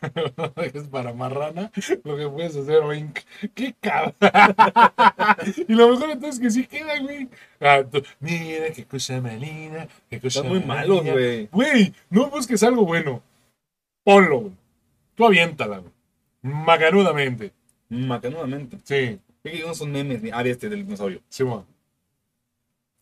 B: es para marrana lo que puedes hacer, güey. ¡Qué cabrón! y lo mejor entonces que sí queda, güey. Ah, tú, Mira, qué cosa malina, qué cosa
A: Están muy
B: malina.
A: malos, güey.
B: Güey, no busques algo bueno. Ponlo, güey. Tú aviéntala, güey. Magarudamente.
A: Macanudamente.
B: Sí,
A: No son memes ni. Ah, de este del dinosaurio.
B: Simón.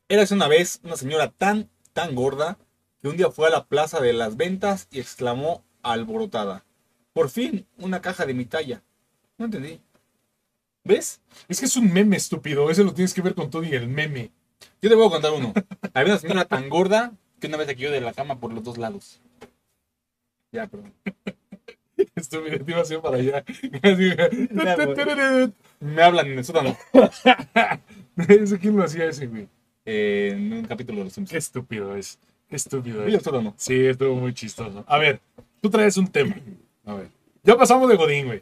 A: Érase una vez una señora tan, tan gorda que un día fue a la plaza de las ventas y exclamó alborotada. Por fin, una caja de mi talla. No entendí. ¿Ves?
B: Es que es un meme estúpido. Ese lo tienes que ver con todo y el meme.
A: Yo te voy a contar uno. Había una señora tan gorda que una vez se cayó de la cama por los dos lados. Ya, perdón.
B: Estúpido, te iba a hacer para allá.
A: Ya, Me hablan en el sótano.
B: ¿Ese quién lo hacía ese, güey?
A: Eh, en un capítulo de los
B: Qué
A: Simpsons.
B: estúpido es. Qué estúpido
A: Y el
B: es.
A: sótano.
B: Sí, estuvo muy chistoso. A ver, tú traes un tema. A ver. Ya pasamos de Godín, güey.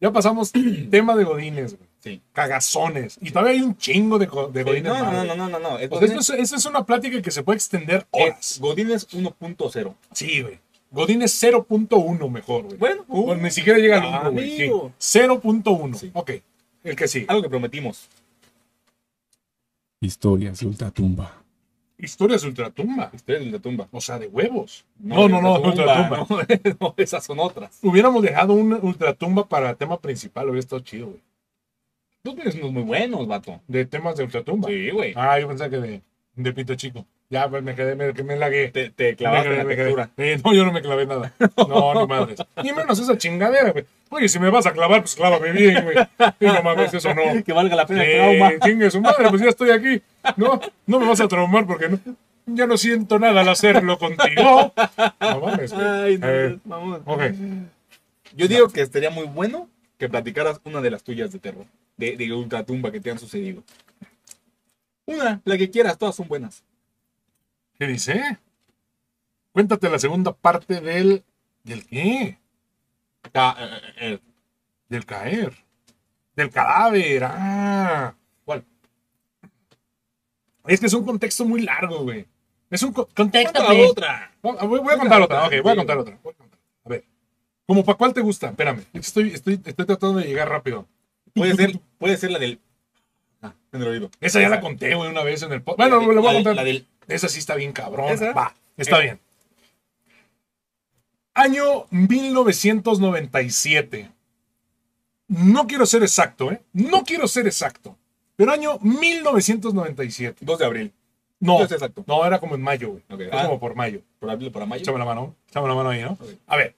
B: Ya pasamos tema de Godines, güey.
A: Sí.
B: Cagazones. Y todavía hay un chingo de, go- de
A: No,
B: Godines. más,
A: no,
B: güey.
A: no, Eh, no, no, no. Es
B: O sea, esto
A: Godínez-
B: es, esto es una plática que se puede extender
A: es
B: horas.
A: Godínez 1.0.
B: Sí, güey. Godín es 0.1 mejor, güey.
A: Bueno, uh,
B: O ni siquiera llega al 1, güey. Sí.
A: Amigo.
B: 0.1.
A: Sí. Ah.
B: Ok. El que sí.
A: algo que prometimos.
C: Historias de ultratumba.
B: Historias de ultratumba.
A: Ustedes de la tumba.
B: O sea, de huevos. No, no, no, ultratumba.
A: no, no, esas son otras.
B: Hubiéramos dejado una ultratumba para tema principal, hubiera estado chido, güey.
A: Tú tienes unos muy buenos, vato.
B: De temas de ultratumba.
A: Sí, güey.
B: Ah, yo pensaba que de, de pito chico. Ya, pues me quedé, me, me lagué.
A: Te, te clavaste
B: Me
A: en la
B: quedé, me
A: textura.
B: quedé. Eh, no, yo no me clavé nada. No, ni madres. Ni menos esa chingadera, güey. Oye, si me vas a clavar, pues clávame bien, güey. Y no mames, eso no.
A: Que valga la pena el trauma.
B: Eh, chingue su madre, pues ya estoy aquí. No, no me vas a traumar porque no, ya no siento nada al hacerlo contigo. No mames, güey.
A: Ay, no,
B: Eh,
A: vamos.
B: ok.
A: Yo digo que estaría muy bueno que platicaras una de las tuyas de terror, de, de ultratumba que te han sucedido. Una, la que quieras, todas son buenas.
B: ¿Qué dice? Cuéntate la segunda parte del. ¿Del qué?
A: Ta- eh, eh,
B: Del caer. Del cadáver. Ah.
A: ¿Cuál?
B: Es que es un contexto muy largo, güey. Es un co-
A: eh.
B: contexto.
A: Cuenta la
B: güey.
A: otra.
B: Voy, voy- voy a contar otra. Ok, voy a contar otra. voy a contar. A ver. ¿Cómo para cuál te gusta? Espérame. es que Estoy, estoy, estoy tratando de llegar rápido.
A: Puede ser, puede ser la del. Ah, en el oído.
B: Esa ya la conté, güey, una vez en el podcast. Bueno, la Ah, voy a
A: del-
B: contar.
A: La del.
B: Esa sí está bien cabrón.
A: ¿Esa?
B: Va, está
A: Eh.
B: bien. Año 1997. No quiero ser exacto, ¿eh? No quiero ser exacto. Pero año 1997.
A: 2 de abril.
B: No,
A: No es exacto.
B: no, era como en mayo, güey.
A: Ok,
B: Es
A: ah.
B: como por mayo.
A: Por abril, para mayo.
B: Échame la mano, échame la mano ahí, ¿no?
A: Ok.
B: A ver,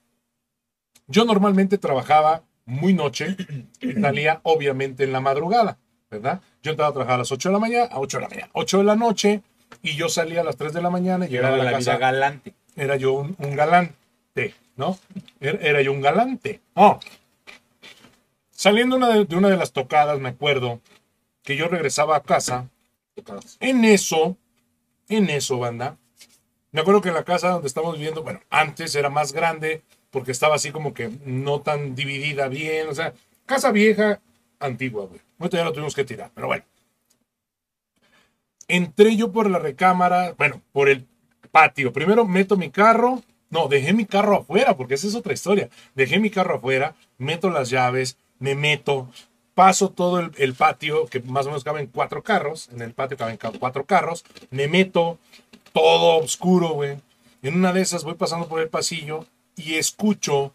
B: yo normalmente trabajaba muy noche y salía obviamente en la madrugada, ¿verdad? Yo entraba a trabajar a las 8 de la mañana, a 8 de la mañana, 8 de la noche y yo salía a las 3 de la mañana y llegaba
A: Era
B: a la,
A: la vida
B: casa.
A: galante.
B: Era yo un, un galante, ¿no? Era, era yo un galante. Oh. Saliendo una de, de una de las tocadas, me acuerdo que yo regresaba a casa en eso, en eso, banda. Me acuerdo que la casa donde estamos viviendo, bueno, antes era más grande porque estaba así como que no tan dividida bien, o sea, casa vieja, antigua, güey. Ahorita ya lo tuvimos que tirar, pero bueno. Entré yo por la recámara, bueno, por el patio. Primero meto mi carro, no, dejé mi carro afuera, porque esa es otra historia. Dejé mi carro afuera, meto las llaves, me meto, paso todo el, el patio, que más o menos caben cuatro carros, en el patio caben ca- cuatro carros, me meto, todo oscuro, güey. En una de esas voy pasando por el pasillo y escucho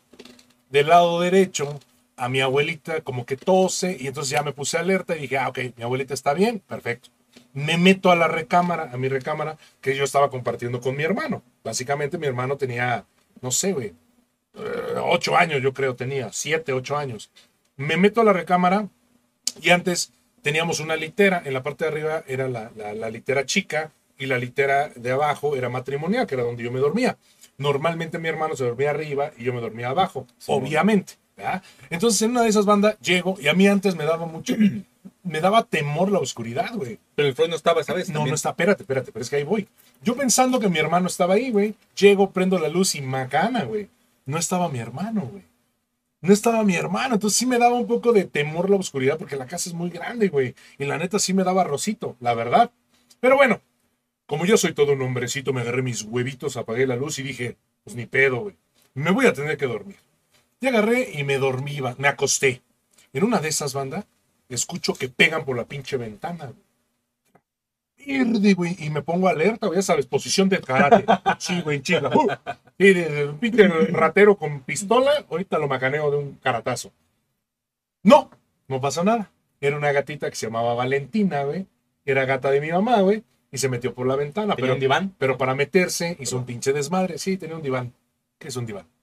B: del lado derecho a mi abuelita como que tose y entonces ya me puse alerta y dije, ah, ok, mi abuelita está bien, perfecto. Me meto a la recámara, a mi recámara, que yo estaba compartiendo con mi hermano. Básicamente mi hermano tenía, no sé, güey, eh, ocho años yo creo tenía, siete, ocho años. Me meto a la recámara y antes teníamos una litera, en la parte de arriba era la, la- la litera chica y la litera de abajo era matrimonial, que era donde yo me dormía. Normalmente mi hermano se dormía arriba y yo me dormía abajo,
A: bueno.
B: obviamente. ¿verdad? Entonces en una de esas bandas llego y a mí antes me daba mucho, me daba temor la oscuridad, güey.
A: Pero el Freud no estaba esa vez.
B: No,
A: también.
B: no está, espérate, espérate, pero es que ahí voy. Yo pensando que mi hermano estaba ahí, güey, llego, prendo la luz y macana, güey. No estaba mi hermano, güey. No estaba mi hermano, entonces sí me daba un poco de temor la oscuridad porque la casa es muy grande, güey. Y la neta sí me daba rosito, la verdad. Pero bueno, como yo soy todo un hombrecito, me agarré mis huevitos, apagué la luz y dije, pues ni pedo, güey. Me voy a tener que dormir. Y agarré y me dormí, va- me acosté. En una de esas bandas, escucho que pegan por la pinche ventana, güey. Pierde, güey, y me pongo alerta, güey, ya sabes, posición de karate. Sí, güey, chinga. Uh, y de- de- pinche ratero con pistola, ahorita lo macaneo de un caratazo. No, no pasa nada. Era una gatita que se llamaba Valentina, güey. Era gata de mi mamá, güey. Y se metió por la ventana.
A: Tenía
B: Pero
A: un diván.
B: pero para meterse hizo un pinche desmadre. Sí, tenía un diván. ¿Qué es un diván?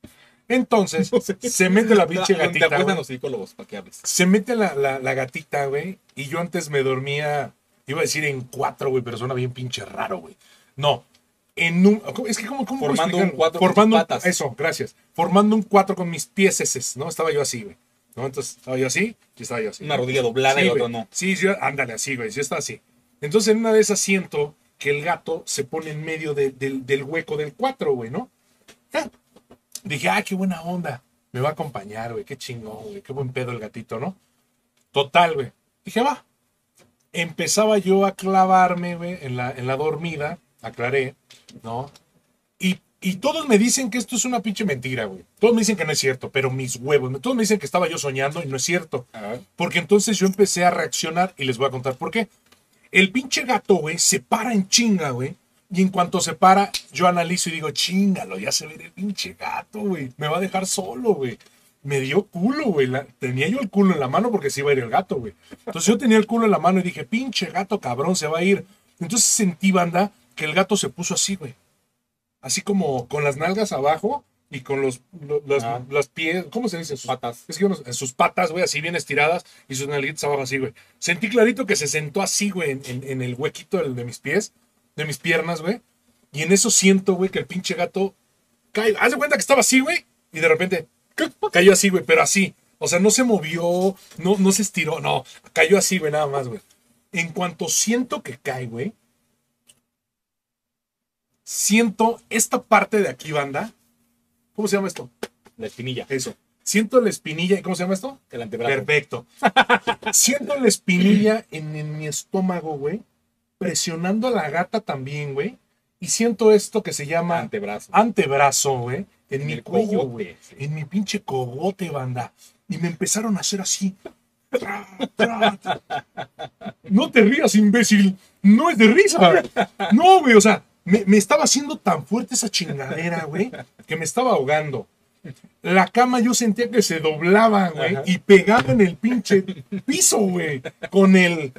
B: Entonces, se mete la pinche
A: Te
B: gatita.
A: acuerdan
B: güey.
A: los psicólogos para que hables.
B: Se mete la, la- la gatita, güey. Y yo antes me dormía, iba a decir en cuatro, güey, pero suena bien pinche raro, güey. No, en un... Es que como... ¿cómo puedo
A: Formando
B: explicarlo?
A: un cuatro con
B: Formando
A: tus
B: un-
A: patas.
B: Eso, gracias. Formando un cuatro con mis pies, eses, ¿no? Estaba yo así, güey. ¿No? Entonces, estaba yo así y estaba yo así.
A: Una rodilla doblada
B: Sí,
A: y la otra
B: güey.
A: no.
B: Sí, sí, ándale así, güey. Sí, está así. Entonces, en una de esas siento que el gato se pone en medio de- del, del hueco del 4, güey, ¿no? Ah. Dije, ah, qué buena onda. Me va a acompañar, güey. Qué chingón, güey. Qué buen pedo el gatito, ¿no? Total, güey. Dije, va. Empezaba yo a clavarme, güey, en la, en la dormida. Aclaré, ¿no? Y, y todos me dicen que esto es una pinche mentira, güey. Todos me dicen que no es cierto, pero mis huevos. Todos me dicen que estaba yo soñando y no es cierto. Porque entonces yo empecé a reaccionar y les voy a contar por qué. El pinche gato, güey, se para en chinga, güey. Y en cuanto se para, yo analizo y digo, chingalo, ya se ve el pinche gato, güey. Me va a dejar solo, güey. Me dio culo, güey. la- Tenía yo el culo en la mano porque se iba a ir el gato, güey. Entonces yo tenía el culo en la mano y dije, pinche gato cabrón, se va a ir. Entonces sentí, banda, que el gato se puso así, güey. Así como con las nalgas abajo y con los, lo- las,
A: Ah.
B: las pies, ¿cómo se dice? Sus-
A: Patas.
B: Es que unos- en sus patas, güey, así bien estiradas y sus nalguitas abajo así, güey. Sentí clarito que se sentó así, güey, en, en- en el huequito del- de mis pies, de mis piernas, güey. Y en eso siento, güey, que el pinche gato cae. Haz de cuenta que estaba así, güey, y de repente cayó así, güey, pero así. O sea, no se movió, no, no se estiró, no. Cayó así, güey, nada más, güey. En cuanto siento que cae, güey, siento esta parte de aquí, banda. ¿Cómo se llama esto?
A: La espinilla,
B: Eso. Siento la espinilla, ¿y cómo se llama esto?
A: el antebrazo.
B: Perfecto. Siento la espinilla en, en mi estómago, güey. Presionando a la gata también, güey. Y siento esto que se llama
A: antebrazo.
B: antebrazo, güey. En, mi
A: el
B: cuello,
A: cogote,
B: güey.
A: sí.
B: En mi pinche cogote, banda. Y me empezaron a hacer así. Tra, tra, tra. No te rías, imbécil. No es de risa. No, güey. O sea, me, me estaba haciendo tan fuerte esa chingadera, güey, que me estaba ahogando. La cama yo sentía que se doblaba, güey,
A: Ajá.
B: y pegaba en el pinche piso, güey, con el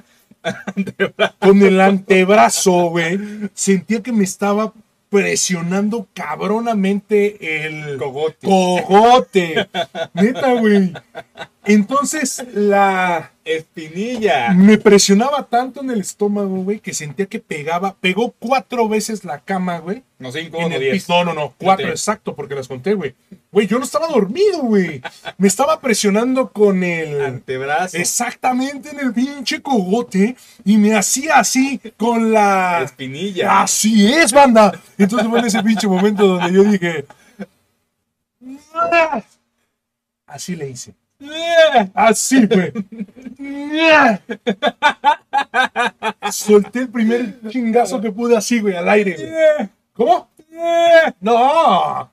B: con el antebrazo, güey. Sentía que me estaba presionando cabronamente el
A: Cogote.
B: cogote. Neta, güey. Entonces la
A: espinilla.
B: me presionaba tanto en el estómago, güey, que sentía que pegaba, pegó cuatro veces la cama, güey.
A: No sé, ¿cómo
B: En
A: no
B: el
A: diez?
B: piso, no, no, no, cuatro,
A: Conté.
B: exacto, porque las conté, güey. Güey, yo no estaba dormido, güey. Me estaba presionando con
A: Ah,
B: el...
A: Antebrazo.
B: Exactamente en el pinche cogote y me hacía así con la...
A: espinilla.
B: Así es, banda. Entonces fue en ese pinche momento donde yo dije... "Ah". Así le hice. Así, güey. Solté el primer chingazo que pude así, güey, al aire, güey. ¿Cómo? No.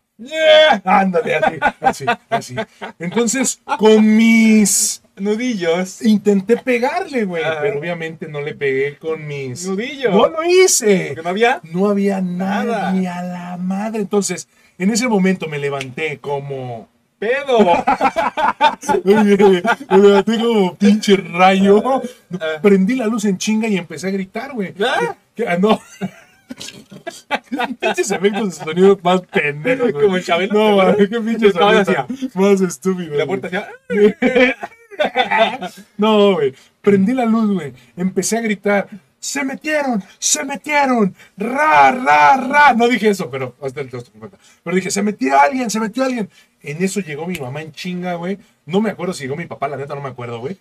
B: Ándale, así, así, así. Entonces, con mis...
A: Nudillos.
B: Intenté pegarle, güey,
A: Ajá.
B: pero obviamente no le pegué con mis...
A: Nudillos.
B: No lo hice.
A: Porque no había.
B: No había nada
A: Nada.
B: ni a la madre. Entonces, en ese momento me levanté como...
A: Pedo.
B: Oye, me levanté como pinche rayo. Prendí la luz en chinga y empecé a gritar, güey.
A: ¿Ah?
B: Que- ah, no. pinches efectos de sonido más pendejos, güey.
A: Como el Chabelo.
B: No, mames, qué pinches
A: Estaba
B: sonidos
A: hacia-
B: más estúpidos.
A: La
B: güey.
A: puerta hacía.
B: No, güey. Prendí la luz, güey. Empecé a gritar. Se metieron, se metieron, ra, ra, ra. No dije eso, pero hasta el texto cuenta. Pero dije, se metió alguien, se metió alguien. En eso llegó mi mamá en chinga, güey. No me acuerdo si llegó mi papá, la neta no me acuerdo, güey.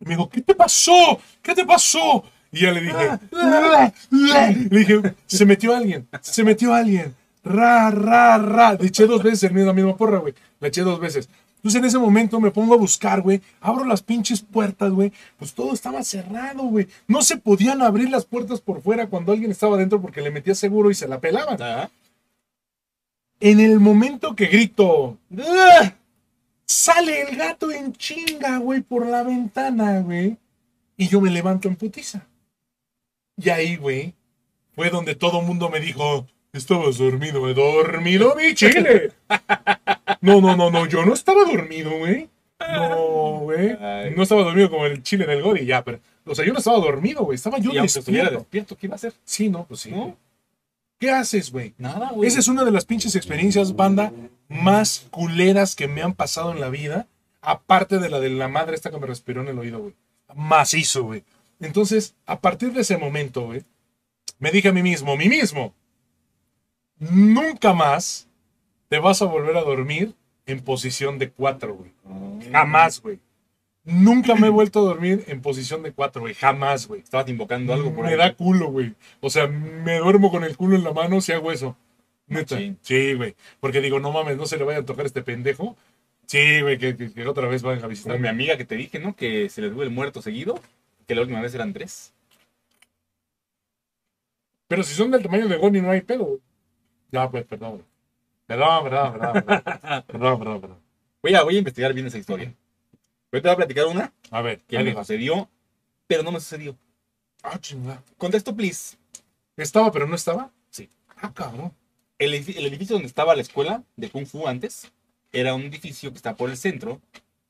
B: Y me dijo, ¿qué te pasó? ¿Qué te pasó? Y ya le dije, "Ble, ble". le dije, se metió alguien, se metió alguien. Ra, ra, ra. Le eché dos veces el- la misma porra, güey. Le eché dos veces. Entonces en ese momento me pongo a buscar, güey. Abro las pinches puertas, güey. Pues todo estaba cerrado, güey. No se podían abrir las puertas por fuera cuando alguien estaba dentro porque le metía seguro y se la pelaban.
A: Ajá.
B: En el momento que grito, Sale el gato en chinga, güey, por la ventana, güey. Y yo me levanto en putiza. Y ahí, güey, fue donde todo mundo me dijo, estabas dormido, güey. ¿Dormido, mi chile? No, no, no, no, yo no estaba dormido, güey. No, güey.
A: Ay.
B: No estaba dormido como el chile del Gori, ya, pero... O sea, yo no estaba dormido, güey. Estaba yo
A: Y aunque estuviera
B: despierto.
A: despierto, ¿qué iba a hacer?
B: Sí, no, pues sí.
A: ¿No?
B: ¿Qué haces, güey?
A: Nada, güey.
B: Esa es una de las pinches experiencias, banda, más culeras que me han pasado en la vida. Aparte de la de la madre esta que me respiró en el oído, güey. Macizo, güey. Entonces, a partir de ese momento, güey, me dije a mí mismo, mí mismo, nunca más te vas a volver a dormir en posición de cuatro, güey. Jamás, güey. Nunca me he vuelto a dormir en posición de cuatro, güey. Jamás, güey.
A: Estabas invocando algo por
B: Me
A: ahí.
B: da culo, güey. O sea, me duermo con el culo en la mano si hago eso. Neta.
A: Machín.
B: Sí, güey. Porque digo, no mames, no se le vaya a tocar este pendejo. Sí, güey, que, que- que otra vez vayan a
A: Como mi
B: visitarme.
A: amiga que te dije, ¿no? Que se les sube el muerto seguido. Que la última vez eran tres.
B: Pero si son del tamaño de Goni, no hay pedo. güey. Ya, pues, perdón, güey. Perdón, perdón, perdón. Perdón, perdón, perdón. perdón.
A: Voy a, voy a investigar bien esa historia. Yo te voy a platicar una
B: A ver,
A: que
B: ahí
A: me
B: va.
A: sucedió, pero no me sucedió.
B: Ah, chingada.
A: Contexto, please.
B: ¿Estaba, pero no estaba?
A: Sí.
B: Ah, cabrón.
A: El, edifi- el edificio donde estaba la escuela de Kung Fu antes era un edificio que está por el centro,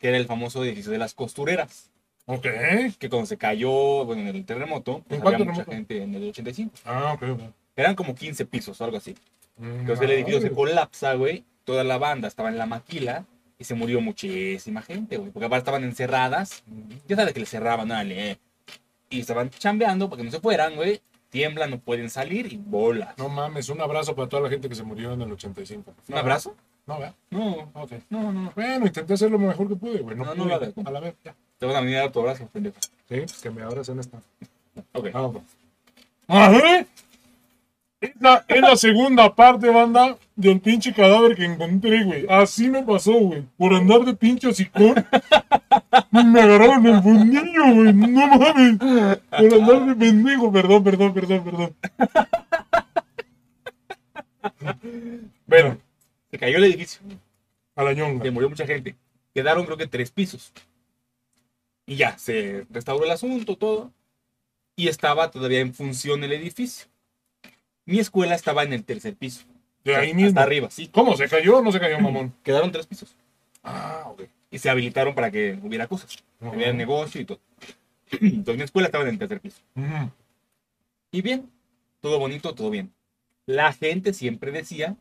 A: que era el famoso edificio de las costureras.
B: Ok.
A: que cuando se cayó, bueno, en el terremoto, pues
B: ¿En cuál
A: había mucha
B: terremoto?
A: gente en el 85.
B: Ah, ok. ok.
A: Eran como 15 pisos o algo así.
B: Ah,
A: Entonces el
B: Madre.
A: edificio se colapsa, güey. Toda la banda estaba en la maquila y se murió muchísima gente, güey. Porque aparte estaban encerradas. Ya sabes que les cerraban, dale. eh. Y estaban chambeando para que no se fueran, güey. Tiemblan, no pueden salir y bolas.
B: No mames, un abrazo para toda la gente que se murió en el 85.
A: ¿Un abrazo?
B: No, ¿verdad?
A: No,
B: Ok.
A: no, no.
B: Bueno, intenté hacer lo mejor que pude, güey. No,
A: No, no
B: pude.
A: lo hagas.
B: a la vez, ya.
A: Te van a venir a dar tu abrazo, pendejo.
B: Sí, pues que me abracen esta.
A: Ok.
B: Vamos. Ajá. Es la, es la segunda parte, banda, del pinche cadáver que encontré, güey. Así me pasó, güey. Por andar de pinche hocicón. Me agarraron el fundillo, güey. No mames. Por andar de pendejo. Perdón, perdón, perdón, perdón. Bueno,
A: Se cayó el edificio.
B: a la ñonga.
A: se murió mucha gente. Quedaron creo que tres pisos. Y ya, se restauró el asunto, todo. Y estaba todavía en función el edificio. Mi escuela estaba en el tercer piso.
B: De ahí
A: hasta
B: mismo.
A: arriba, sí.
B: ¿Cómo? ¿Se cayó o no se cayó, mamón?
A: Quedaron tres pisos.
B: Ah, ok.
A: Y se habilitaron para que hubiera cosas.
B: Ujú.
A: Hubiera negocio y todo. Entonces mi escuela estaba en el tercer piso.
B: Ujú.
A: Y bien, todo bonito, todo bien. La gente siempre decía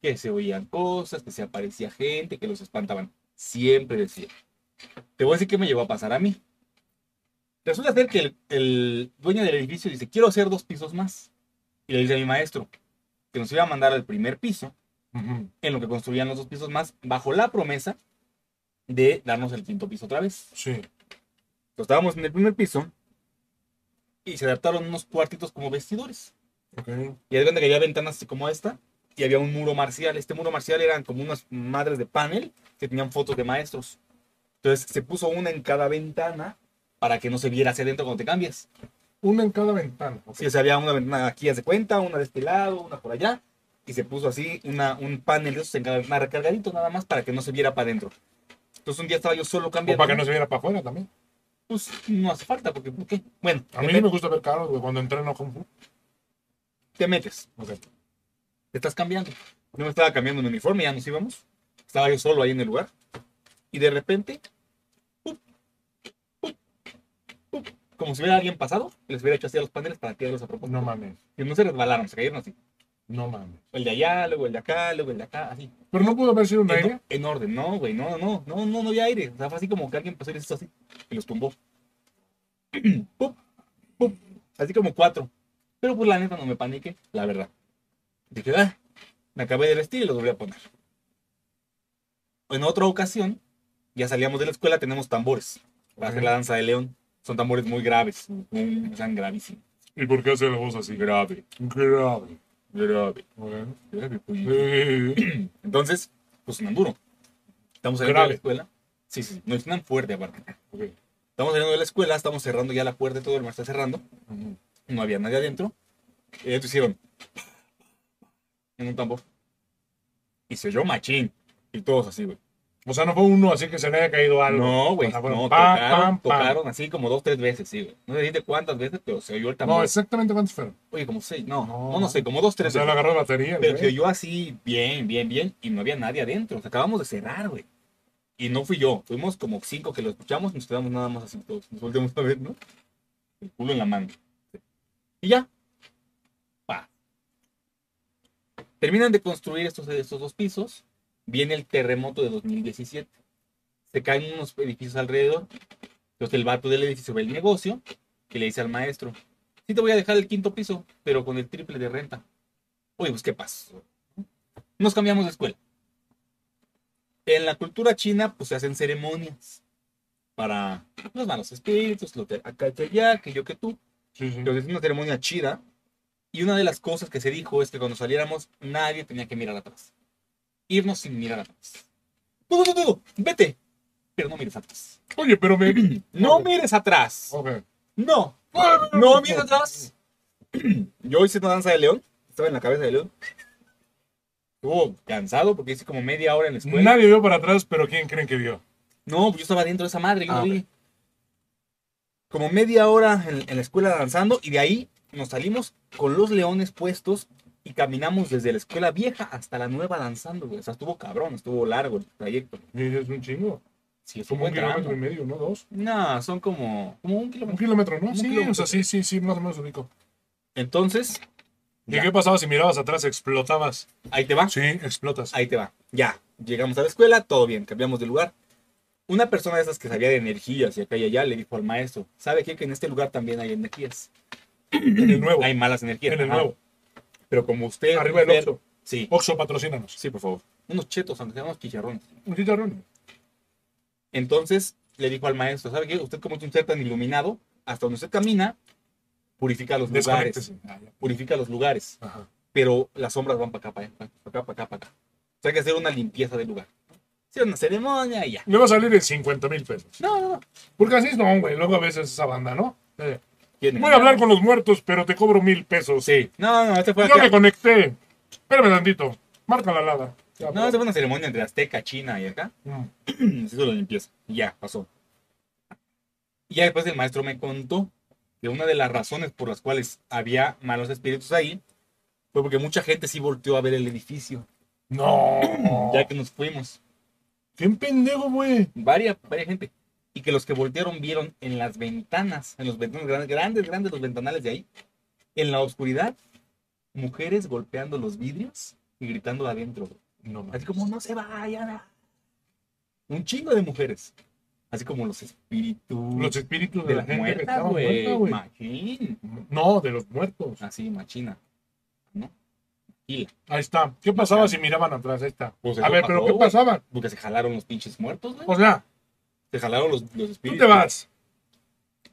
A: que se oían cosas, que se aparecía gente, que los espantaban. Siempre decía. Te voy a decir qué me llevó a pasar a mí. Resulta ser que el, el dueño del edificio dice, quiero hacer dos pisos más. Y le dice a mi maestro que nos iba a mandar al primer piso,
B: Ujú.
A: en lo que construían los dos pisos más, bajo la promesa de darnos el quinto piso otra vez.
B: Sí.
A: Entonces estábamos en el primer piso y se adaptaron unos cuartitos como vestidores.
B: Ok.
A: Y haz de cuenta que había ventanas así como esta. Y había un muro marcial. Este muro marcial eran como unas madres de panel que tenían fotos de maestros. Entonces se puso una en cada ventana para que no se viera hacia adentro cuando te cambias.
B: Una en cada ventana. ok.
A: Si o sea, había una ventana aquí, haz de cuenta, una de este lado, una por allá. Y se puso así una, un panel de esos en cada ventana recargadito nada más para que no se viera para adentro. Entonces un día estaba yo solo
B: O
A: cambiando.
B: para que no se viera para afuera también.
A: Pues no hace falta, porque ¿por qué? Bueno,
B: A
A: te,
B: mí
A: met-
B: me gusta ver caros, güey, cuando entreno Kung Fu.
A: te metes.
B: Ok.
A: te estás cambiando. No me estaba cambiando mi uniforme, ya nos íbamos. Estaba yo solo ahí en el lugar. Y de repente, ¡pup! ¡pup! ¡pup! como si hubiera alguien pasado, les hubiera hecho así a los paneles para tirarlos a propósito.
B: No mames,
A: Y no se resbalaron, se cayeron así.
B: no mames.
A: El de allá, luego el de acá, luego el de acá, así.
B: Pero no pudo haber sido un
A: En,
B: aire.
A: en orden, no, güey, no, no, no, no, no había aire. O sea, fue así como que alguien pasó y les hizo así. Y los tumbó. ¡Pup! ¡pup! Así como cuatro. Pero pues la neta no me paniqué, la verdad. Dije, ah, me acabé de vestir y los volví a poner. En otra ocasión, ya salíamos de la escuela, tenemos tambores para hacer la danza de león. Son tambores muy graves, mm, son gravísimos.
B: ¿Y por qué hace la voz así?
A: Grave,
B: Grave.
A: grave,
B: Ok.
A: grave. pues.
B: Eh,
A: Entonces, pues suenan duro. Estamos saliendo de
B: Grave.
A: la escuela. Sí, sí, sí, no suenan fuerte aparte.
B: ok.
A: Estamos saliendo de la escuela, estamos cerrando ya la puerta y todo, el mar está cerrando.
B: Ujú.
A: No había nadie adentro. Ellos hicieron en un tambor. Y se oyó machín. Y todos así, güey.
B: O sea, no fue uno así que se le haya caído algo.
A: No, güey.
B: O sea, bueno,
A: no,
B: pam,
A: tocaron,
B: pam, pam.
A: tocaron así como dos, tres veces, sí, güey. No sé decirte cuántas veces, pero se oyó el tambor.
B: No, exactamente cuántos fueron.
A: Oye, como seis, no,
B: No,
A: no, no sé, como dos,
B: O
A: tres
B: sea, le
A: veces.
B: agarró la batería.
A: Pero
B: güey.
A: se oyó así, bien, bien, bien. Y no había nadie adentro. O sea, acabamos de cerrar, güey. Y no fui yo. Fuimos como cinco que lo escuchamos y nos quedamos nada más así todos. Nos volteamos a ver, ¿no? El culo en la mano. Y ya. Pa. Terminan de construir estos, estos dos pisos. Viene el terremoto de 2017. Se caen unos edificios alrededor. Entonces el vato del edificio ve el negocio que le dice al maestro, sí te voy a dejar el quinto piso, pero con el triple de renta. Oye, pues qué pasó. Nos cambiamos de escuela. En la cultura china, pues se hacen ceremonias para los malos espíritus, lo que acá que allá, que yo que tú.
B: Sí, sí.
A: Entonces, una ceremonia chida. Y una de las cosas que se dijo es que cuando saliéramos, nadie tenía que mirar atrás. Irnos sin mirar atrás. Tú, tú, tú, tú, vete. Pero no mires atrás.
B: Oye, pero me.
A: No
B: Ok.
A: mires atrás.
B: Ok.
A: No. No mires atrás. Yo hice una danza de león. Estaba en la cabeza de león. Estuvo cansado porque hice como media hora en la escuela.
B: Nadie vio para atrás, pero ¿quién creen que vio?
A: No, pues yo estaba dentro de esa madre, yo
B: Ah,
A: no
B: ok.
A: vi. Como media hora en, en la escuela danzando y de ahí nos salimos con los leones puestos y caminamos desde la escuela vieja hasta la nueva danzando, güey. O sea, estuvo cabrón, estuvo largo el trayecto.
B: Y es un chingo.
A: Sí, es un
B: Como un
A: buen tramo.
B: kilómetro y medio, ¿no? Dos.
A: No, son como, como un
B: Un
A: kilómetro.
B: kilómetro, ¿no?
A: Un
B: sí,
A: kilómetro.
B: o sea, sí, sí, sí, más o menos ubico.
A: Entonces,
B: ¿Y
A: ya,
B: qué pasaba si mirabas atrás? Explotabas.
A: ahí te va.
B: Sí, explotas.
A: Ahí te va. Ya, llegamos a la escuela, todo bien, cambiamos de lugar. Una persona de esas que sabía de energías y acá y allá le dijo al maestro, ¿sabe qué? Que en este lugar también hay energías.
B: En el nuevo.
A: Hay malas energías.
B: En el
A: ajá.
B: nuevo.
A: Pero como usted...
B: Arriba del
A: ver-
B: Oxxo.
A: Sí,
B: Oxxo, patrocínanos.
A: sí, por favor. Unos chetos, aunque sean unos chicharrones.
B: Un chicharrón.
A: Entonces le dijo al maestro, ¿sabe qué? Usted como es un ser tan iluminado, hasta donde usted camina, purifica los lugares.
B: Desconéctese. Ah, ya.
A: Purifica los lugares.
B: Ajá.
A: pero las sombras van para acá, para acá, para acá, para acá, para acá. O sea, hay que hacer una limpieza del lugar. Hacer una ceremonia y ya.
B: Le va a salir en 50 mil pesos.
A: No, no, no.
B: Porque así es, no, güey. Luego a veces esa banda, ¿no? Eh,
A: Tienen-
B: Voy a hablar con los muertos, pero te cobro mil pesos.
A: Sí. No, no, esta fue,
B: Yo
A: acá.
B: me conecté. Espérame tantito. Marca la lada. Ya,
A: No, esta fue una ceremonia entre Azteca, China y acá.
B: Mm.
A: Se hizo la limpieza. Y ya, pasó. Y ya después el maestro me contó que una de las razones por las cuales había malos espíritus ahí fue porque mucha gente sí volteó a ver el edificio,
B: No.
A: ya que nos fuimos.
B: Qué pendejo, güey.
A: Varia, varia gente. Y que los que voltearon vieron en las ventanas, en los ventanas grandes, grandes, grandes los ventanales de ahí, en la oscuridad, mujeres golpeando los vidrios y gritando de adentro. güey.
B: No, mames.
A: Así como, no se vayan. Un chingo de mujeres. Así como los espíritus
B: Los espíritus
A: de las
B: gente que
A: muertas,
B: estaba
A: güey.
B: muerta, güey.
A: Machín.
B: No, de los muertos.
A: Así, machina. ¿No? Y
B: Ahí está. ¿Qué pasaba si miraban atrás? Ahí está.
A: Pues
B: a
A: eso
B: ver, pero
A: pasó,
B: ¿qué
A: güey.
B: pasaba?
A: porque se jalaron los pinches muertos, güey.
B: O sea,
A: Se jalaron los, los
B: tú
A: espíritus.
B: te vas.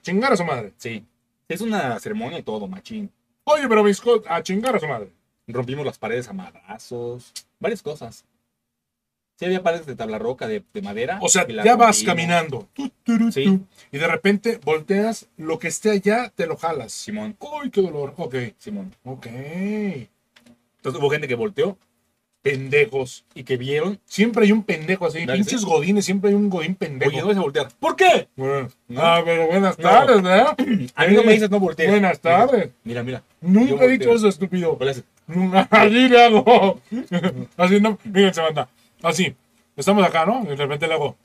B: Chingar a su madre.
A: Sí. Es una ceremonia y todo, machín.
B: Oye, pero Biscot, a chingar a su madre.
A: rompimos las paredes a madrazos, varias cosas. Sí había paredes de tabla roca, de, de madera.
B: O sea,
A: y la
B: ya vas
A: rompimos.
B: caminando. Tu, tu, tu,
A: Sí.
B: tu, y de repente volteas, lo que esté allá, te lo jalas.
A: Simón,
B: Uy, qué dolor. Ok,
A: Simón.
B: ok.
A: Entonces hubo gente que volteó
B: Pendejos.
A: y que vieron,
B: Siempre hay un pendejo así.
A: Dale,
B: Pinches godines, siempre hay un godín pendejo.
A: oye, no vas a voltear. ¿Por qué?
B: Bueno.
A: No.
B: Ah, pero buenas
A: No.
B: tardes, ¿verdad?
A: A mí no me
B: Eh,
A: dices no voltees.
B: Buenas tardes.
A: Mira, mira. Yo
B: Nunca he
A: volteo.
B: dicho eso, estúpido.
A: Hola, sí.
B: Así le hago. Así no. Fíjense, banda. Así. Estamos acá, ¿no? Y de repente le hago.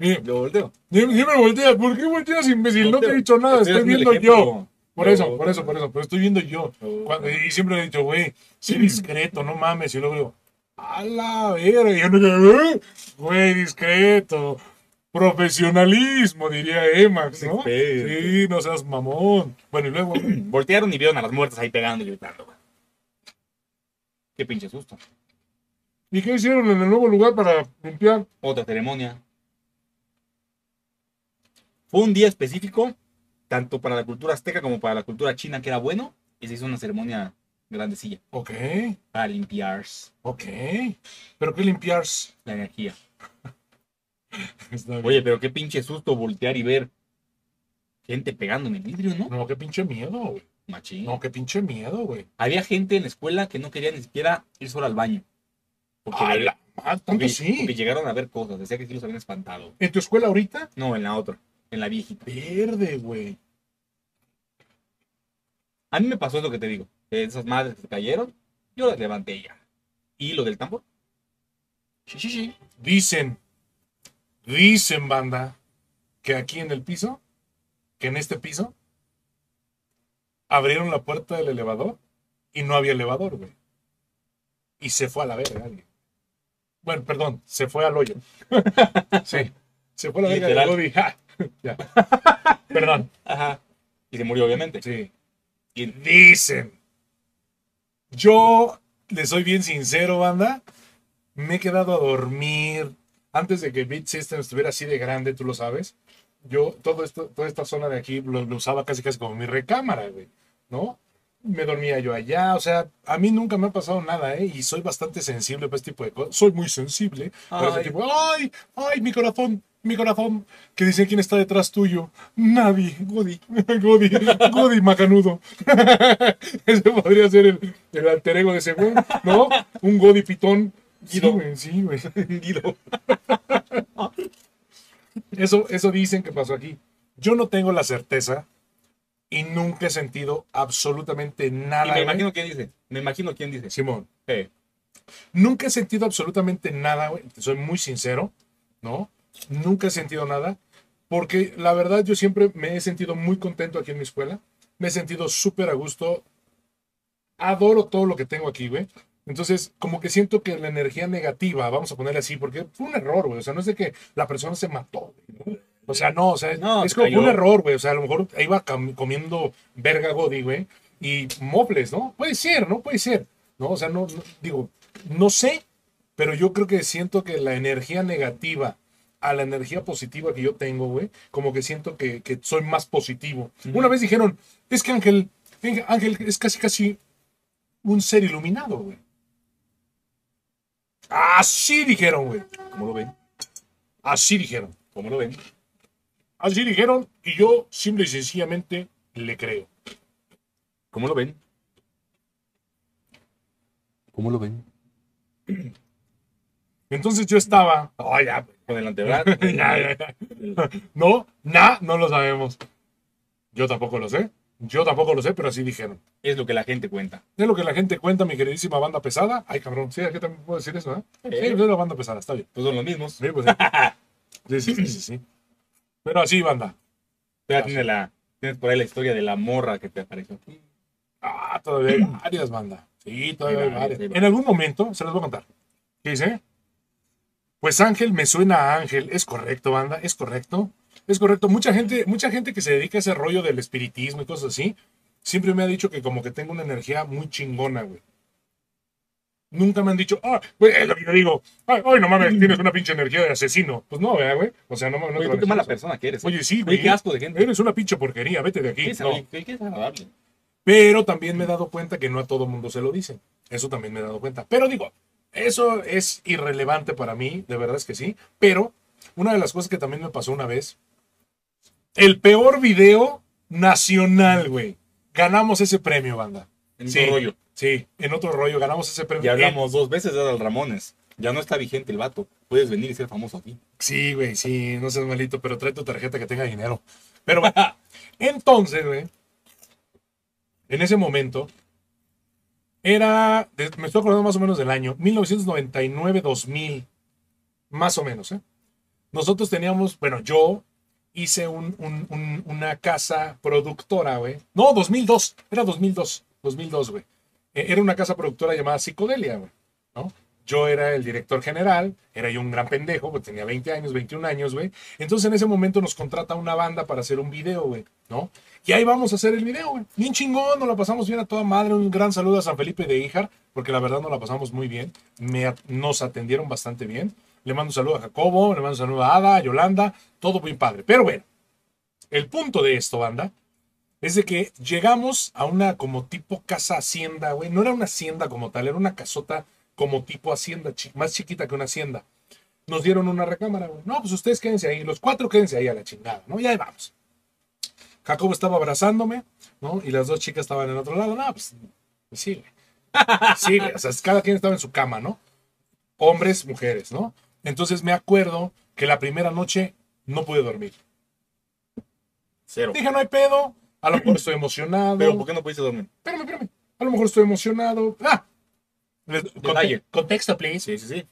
B: Y-
A: Yo volteo.
B: y- y me volteas. ¿Por qué volteas, imbécil? No te he
A: Volteo.
B: dicho nada. Estoy
A: haciendo el
B: viendo yo.
A: ejemplo.
B: Por
A: Yo
B: eso,
A: volteo.
B: por eso, por eso. Pero estoy viendo yo.
A: Yo
B: Cuando-
A: volteo.
B: y siempre he dicho, güey, sí discreto, no mames. Y luego digo, a la verga. Y yo no digo, "Eh, güey, discreto. Profesionalismo, diría Emax, ¿no?
A: Experto.
B: Sí, no seas mamón. Bueno, y luego,
A: Voltearon y vieron a las muertas ahí pegando y gritando. güey. Qué pinche susto.
B: ¿y qué hicieron en el nuevo lugar para limpiar?
A: otra ceremonia. Fue un día específico, tanto para la cultura azteca como para la cultura china, que era bueno, y se hizo una ceremonia grandecilla
B: Ok,
A: para limpiar
B: ok. ¿Pero qué limpiar?
A: la energía.
B: Está bien.
A: Oye, pero qué pinche susto voltear y ver gente pegando en el vidrio, ¿no?
B: No, qué pinche miedo, güey.
A: Machín.
B: No, qué pinche miedo, güey.
A: Había gente en la escuela que no quería ni siquiera ir sola al baño. Porque,
B: A la madre, tanto
A: porque- porque
B: sí.
A: llegaron a ver cosas, decía que sí los habían espantado.
B: ¿En tu escuela ahorita?
A: No, en la otra, en la viejita.
B: Verde, güey.
A: A mí me pasó lo que te digo. eh, Esas madres que se cayeron, yo las levanté ya. ¿Y lo del tambor? Sí, sí, sí.
B: Dicen, dicen, banda, que aquí en el piso, que en este piso, abrieron la puerta del elevador y no había elevador, güey. Y se fue a la verga alguien. Bueno, perdón, se fue al hoyo. sí, se fue a la verga.
A: Literal.
B: del lobby. Ja, ya. perdón.
A: Ajá. Y se murió, obviamente.
B: Sí.
A: Y-
B: Dicen. Yo les soy bien sincero, banda. Me he quedado a dormir. Antes de que Beat System estuviera así de grande, tú lo sabes. Yo todo esto, toda esta zona de aquí lo, lo usaba casi casi como mi recámara, güey. ¿No? Me dormía yo allá. O sea, a mí nunca me ha pasado nada, ¿eh? Y soy bastante sensible para este tipo de cosas. Soy muy sensible. Para ese
A: Ay.
B: tipo, ay, ay, mi corazón, mi corazón. Que dice quién está detrás tuyo. Nadie. Godi, Godi, Godi macanudo. ese podría ser el, el alter ego de ese güey, ¿no? Un Godi pitón. Sí,
A: Guido.
B: güey, sí, güey.
A: Guido.
B: Eso, eso dicen que pasó aquí. Yo no tengo la certeza y nunca he sentido absolutamente nada.
A: Y me
B: güey.
A: imagino quién dice. Me imagino quién dice.
B: Simón,
A: Eh,
B: nunca he sentido absolutamente nada, güey. Te soy muy sincero. ¿no? Nunca he sentido nada, porque la verdad yo siempre me he sentido muy contento aquí en mi escuela, me he sentido súper a gusto, adoro todo lo que tengo aquí, güey. Entonces, como que siento que la energía negativa, vamos a ponerle así, porque fue un error, güey. O sea, no es de que la persona se mató, güey. ¿no? O sea, no, o sea,
A: No,
B: es
A: te
B: como que
A: cayó.
B: un error, güey. O sea, a lo mejor iba cam- comiendo verga Godi, güey, y mofles, ¿no? Puede ser, ¿no? Puede ser, ¿no? O sea, no, no- digo, no sé, pero yo creo que siento que la energía negativa a la energía positiva que yo tengo, güey, como que siento que, que soy más positivo. Una vez dijeron, es que Ángel, Ángel es casi, casi un ser iluminado, güey. Así dijeron, güey.
A: ¿Cómo lo ven?
B: Así dijeron.
A: ¿Cómo lo ven?
B: Así dijeron y yo simple y sencillamente le creo.
A: ¿Cómo lo ven?
C: ¿Cómo lo ven?
B: Entonces yo estaba, oh, ya,
A: Con el antebrazo.
B: ya, ya. no, na, no lo sabemos. Yo tampoco lo sé, yo tampoco lo sé, pero así dijeron.
A: es lo que la gente cuenta.
B: Es lo que la gente cuenta, mi queridísima banda pesada. Ay, cabrón, sí, aquí también puedo decir eso, ¿eh? Sí,
A: Eh.
B: pues es la banda pesada, está bien.
A: Pues son los mismos.
B: Sí, pues, sí. Sí, sí, sí, sí. Pero así, banda.
A: Todavía tiene la, tienes por ahí la historia de la morra que te apareció.
B: Ah, todavía hay varias, banda. Sí, todavía hay
A: Hay varias,
B: varias.
A: hay varias.
B: En algún momento se las voy a contar. ¿Qué dice? Pues Ángel me suena a Ángel. Es correcto, banda. Es correcto. Es correcto. Mucha gente, mucha gente que se dedica a ese rollo del espiritismo y cosas así, siempre me ha dicho que como que tengo una energía muy chingona, güey. Nunca me han dicho, ah, güey, es lo que yo digo, ay, ay, no mames, tienes una pinche energía de asesino. Pues no, ¿verdad, güey. O sea, no mames. no te
A: Mm. Oye, tú qué
B: van a decir
A: mala
B: eso.
A: persona que eres. ¿eh?
B: Oye, sí,
A: Oye,
B: güey.
A: qué asco de gente.
B: Eres una pinche porquería, vete de aquí.
A: Qué
B: No.
A: desagradable. Qué desagradable.
B: Pero también me he dado cuenta que no a todo mundo se lo dicen. Eso también me he dado cuenta. Pero digo, eso es irrelevante para mí, de verdad es que sí. Pero una de las cosas que también me pasó una vez, el peor video nacional, güey. Ganamos ese premio, banda.
A: En
B: Sí. Eh.
A: todo rollo.
B: Sí, en otro rollo, ganamos ese premio.
A: Ya hablamos dos veces de Adal Ramones. Ya no está vigente el vato. Puedes venir y ser famoso aquí.
B: Sí, güey, sí, no seas malito, pero trae tu tarjeta que tenga dinero. Pero bueno, entonces, güey, en ese momento, era, de- me estoy acordando más o menos del año, 1999-2000, más o menos, ¿eh? Nosotros teníamos, bueno, yo hice un- un- un- una casa productora, güey. No, 2002, era 2002, 2002, güey. Eh, Era una casa productora llamada Psicodelia, güey. ¿no? Yo era el director general, era yo un gran pendejo, porque tenía 20 años, 21 años, güey. Entonces en ese momento nos contrata una banda para hacer un video, güey, ¿no? Y ahí vamos a hacer el video, güey. Bien chingón, nos la pasamos bien a toda madre. Un gran saludo a San Felipe de Híjar, porque la verdad nos la pasamos muy bien. Me at- nos atendieron bastante bien. Le mando un saludo a Jacobo, le mando un saludo a Ada, a Yolanda, todo muy padre. Pero bueno, el punto de esto, banda, es de que llegamos a una como tipo casa hacienda, güey. No era una hacienda como tal, era una casota como tipo hacienda, chi- más chiquita que una hacienda. Nos dieron una recámara, güey. No, pues ustedes quédense ahí, los cuatro quédense ahí a la chingada, ¿no? Y ahí vamos. Jacobo estaba abrazándome, ¿no? Y las dos chicas estaban en otro lado. No, pues, pues sí, güey. Sí, güey. O sea, cada quien estaba en su cama, ¿no? Hombres, mujeres, ¿no? Entonces me acuerdo que la primera noche no pude dormir.
A: Cero.
B: Dije, no hay pedo. A lo mejor estoy emocionado
A: Pero ¿por qué no pudiste dormir?
B: espérame, espérame. A lo mejor estoy emocionado. Ah. Les-
A: Detalle.
B: contexto, please.
A: Sí, sí, sí.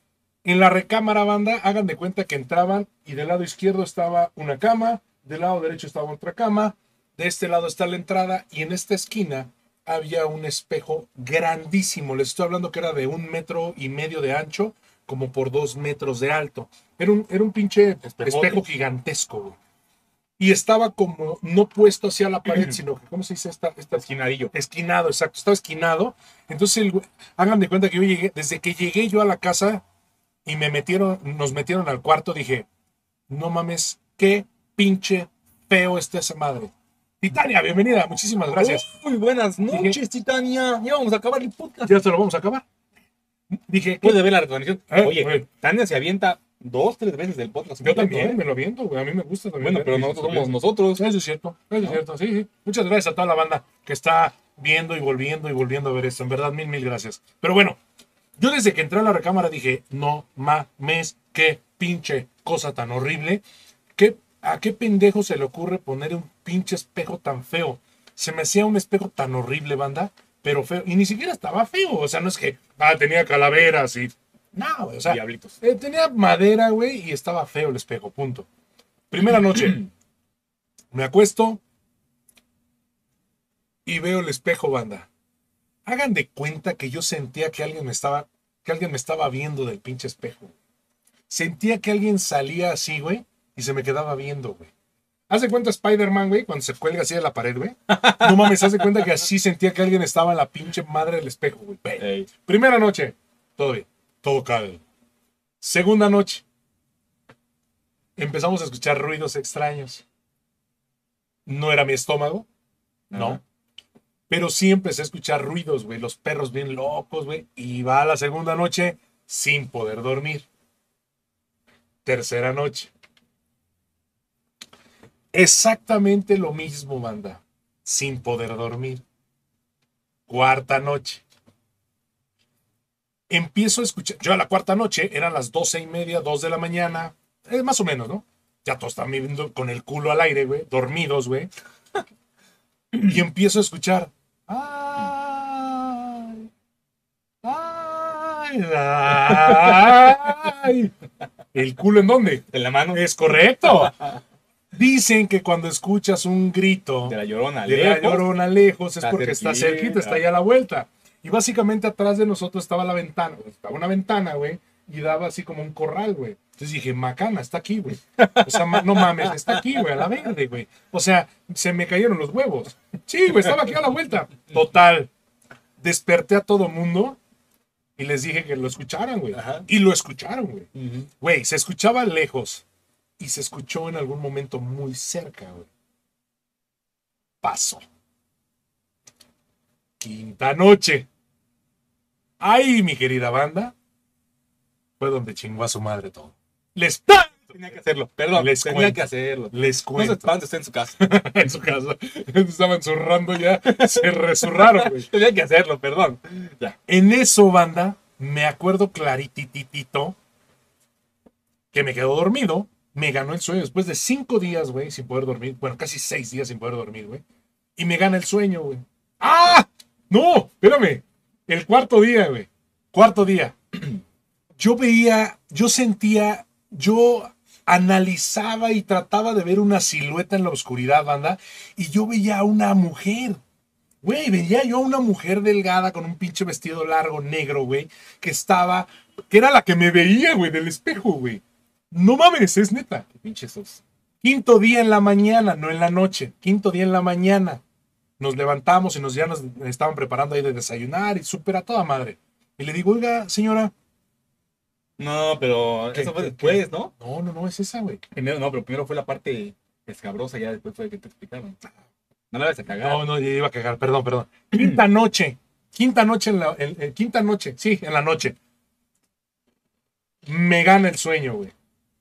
B: En la recámara banda, hagan de cuenta que entraban y del lado izquierdo estaba una cama, del lado derecho estaba otra cama, de este lado está la entrada y en esta esquina había un espejo grandísimo. Les estoy hablando que era de un metro y medio de ancho, como por dos metros de alto. Era un, era un pinche
A: Espejote.
B: espejo gigantesco, güey. Y estaba como no puesto hacia la pared, sino que, ¿cómo se dice esta, esta
A: Esquinadillo.
B: Esquinado, exacto, estaba esquinado. Entonces, el güey- hagan de cuenta que yo llegué, desde que llegué yo a la casa y me metieron, nos metieron al cuarto, dije, no mames, qué pinche feo está esa madre. Titania, bienvenida, muchísimas gracias.
A: Muy buenas
B: noches,
A: Titania. Ya vamos a acabar el podcast.
B: Ya se lo vamos a acabar. Dije, ¿qué?
A: Puede ver la retransmisión.
B: Eh,
A: Oye,
B: güey.
A: Tania se avienta dos, tres veces del podcast.
B: yo
A: completo,
B: también
A: ¿eh?
B: me lo viento, güey, a mí me gusta también.
A: Bueno,
B: ver
A: pero
B: mis
A: nosotros somos
B: estupideces.
A: nosotros.
B: Eso es cierto, eso es
A: ¿No?
B: cierto, sí, sí. Muchas gracias a toda la banda que está viendo y volviendo y volviendo a ver esto. En verdad, mil, mil gracias. Pero bueno, yo desde que entré a la recámara dije, no mames, qué pinche cosa tan horrible. ¿Qué, ¿A qué pendejo se le ocurre poner un pinche espejo tan feo? Se me hacía un espejo tan horrible, banda, pero feo. Y ni siquiera estaba feo. O sea, no es que, ah, tenía calaveras y No, güey, o sea,
A: Diablitos.
B: eh, tenía madera, güey, y estaba feo el espejo, punto. Primera noche, me acuesto y veo el espejo, banda. Hagan de cuenta que yo sentía que alguien me estaba, que alguien me estaba viendo del pinche espejo. Sentía que alguien salía así, güey, y se me quedaba viendo, güey. Haz de cuenta Spider-Man, güey, cuando se cuelga así de la pared, güey. No mames, haz de cuenta que así sentía que alguien estaba en la pinche madre del espejo, güey. Ve.
A: Ey,
B: Primera noche, todo bien, todo calmo. Segunda noche, empezamos a escuchar ruidos extraños. No era mi estómago, no.
A: Ajá.
B: Pero sí empecé a escuchar ruidos, güey. Los perros bien locos, güey. Y va la segunda noche sin poder dormir. Tercera noche. Exactamente lo mismo, banda. Sin poder dormir. Cuarta noche. Empiezo a escuchar. Yo a la cuarta noche eran las doce y media, dos de la mañana. eh, más o menos, ¿no? Ya todos están viviendo con el culo al aire, güey. Dormidos, güey y empiezo a escuchar. Ay, ay, ay. ¿El culo en dónde?
A: En la mano de
B: Es correcto. Dicen que cuando escuchas un grito
A: la llorona.
B: de la
A: lejos.
B: llorona lejos es
A: Está
B: porque está
A: cerquita.
B: cerquita, está allá a la vuelta. Y básicamente atrás de nosotros estaba la ventana, estaba una ventana, güey, y daba así como un corral, güey. Entonces dije, macana, está aquí, güey. O sea, ma- no mames, está aquí, güey, a la verde, güey. O sea, se me cayeron los huevos. Sí, güey, estaba aquí a la vuelta. Total. Desperté a todo mundo y les dije que lo escucharan, güey.
A: Ajá.
B: Y lo escucharon, güey.
A: Ujú.
B: Güey, se escuchaba lejos y se escuchó en algún momento muy cerca, güey. Pasó. Quinta noche. Ahí, mi querida banda, fue donde chingó a su madre todo. Les,
A: Tenía que hacerlo. Perdón,
B: Les
A: tenía
B: cuento.
A: que hacerlo.
B: les
A: No se
B: cuento.
A: espante, está en su casa.
B: en su casa. Estaban zurrando ya. Se resurraron, güey.
A: Tenía que hacerlo, perdón. Ya.
B: En eso, banda, me acuerdo claritititito que me quedó dormido. Me ganó el sueño después de cinco días, güey, sin poder dormir. Bueno, casi seis días sin poder dormir, güey. Y me gana el sueño, güey. ¡Ah! No, espérame. El cuarto día, güey. Cuarto día. Yo veía, yo sentía, yo analizaba y trataba de ver una silueta en la oscuridad, banda. Y yo veía a una mujer. Güey, veía yo a una mujer delgada con un pinche vestido largo, negro, güey, que estaba, que era la que me veía, güey, del espejo, güey. No mames, es neta.
A: Pinche sus.
B: Quinto día en la mañana, no en la noche. Quinto día en la mañana. Nos levantamos y nos ya nos estaban preparando ahí de desayunar y súper a toda madre. Y le digo, oiga, señora,
A: No, pero
B: ¿Qué,
A: eso fue
B: qué,
A: después, ¿no?
B: no, no, no, es esa, güey.
A: Primero, no, pero primero fue la parte escabrosa, ya después fue que te explicaron. No la vas a cagar.
B: No, no, ya iba a cagar, perdón, perdón. Quinta noche. Quinta noche en la. en- en- quinta noche, sí, en la noche. Me gana el sueño, güey.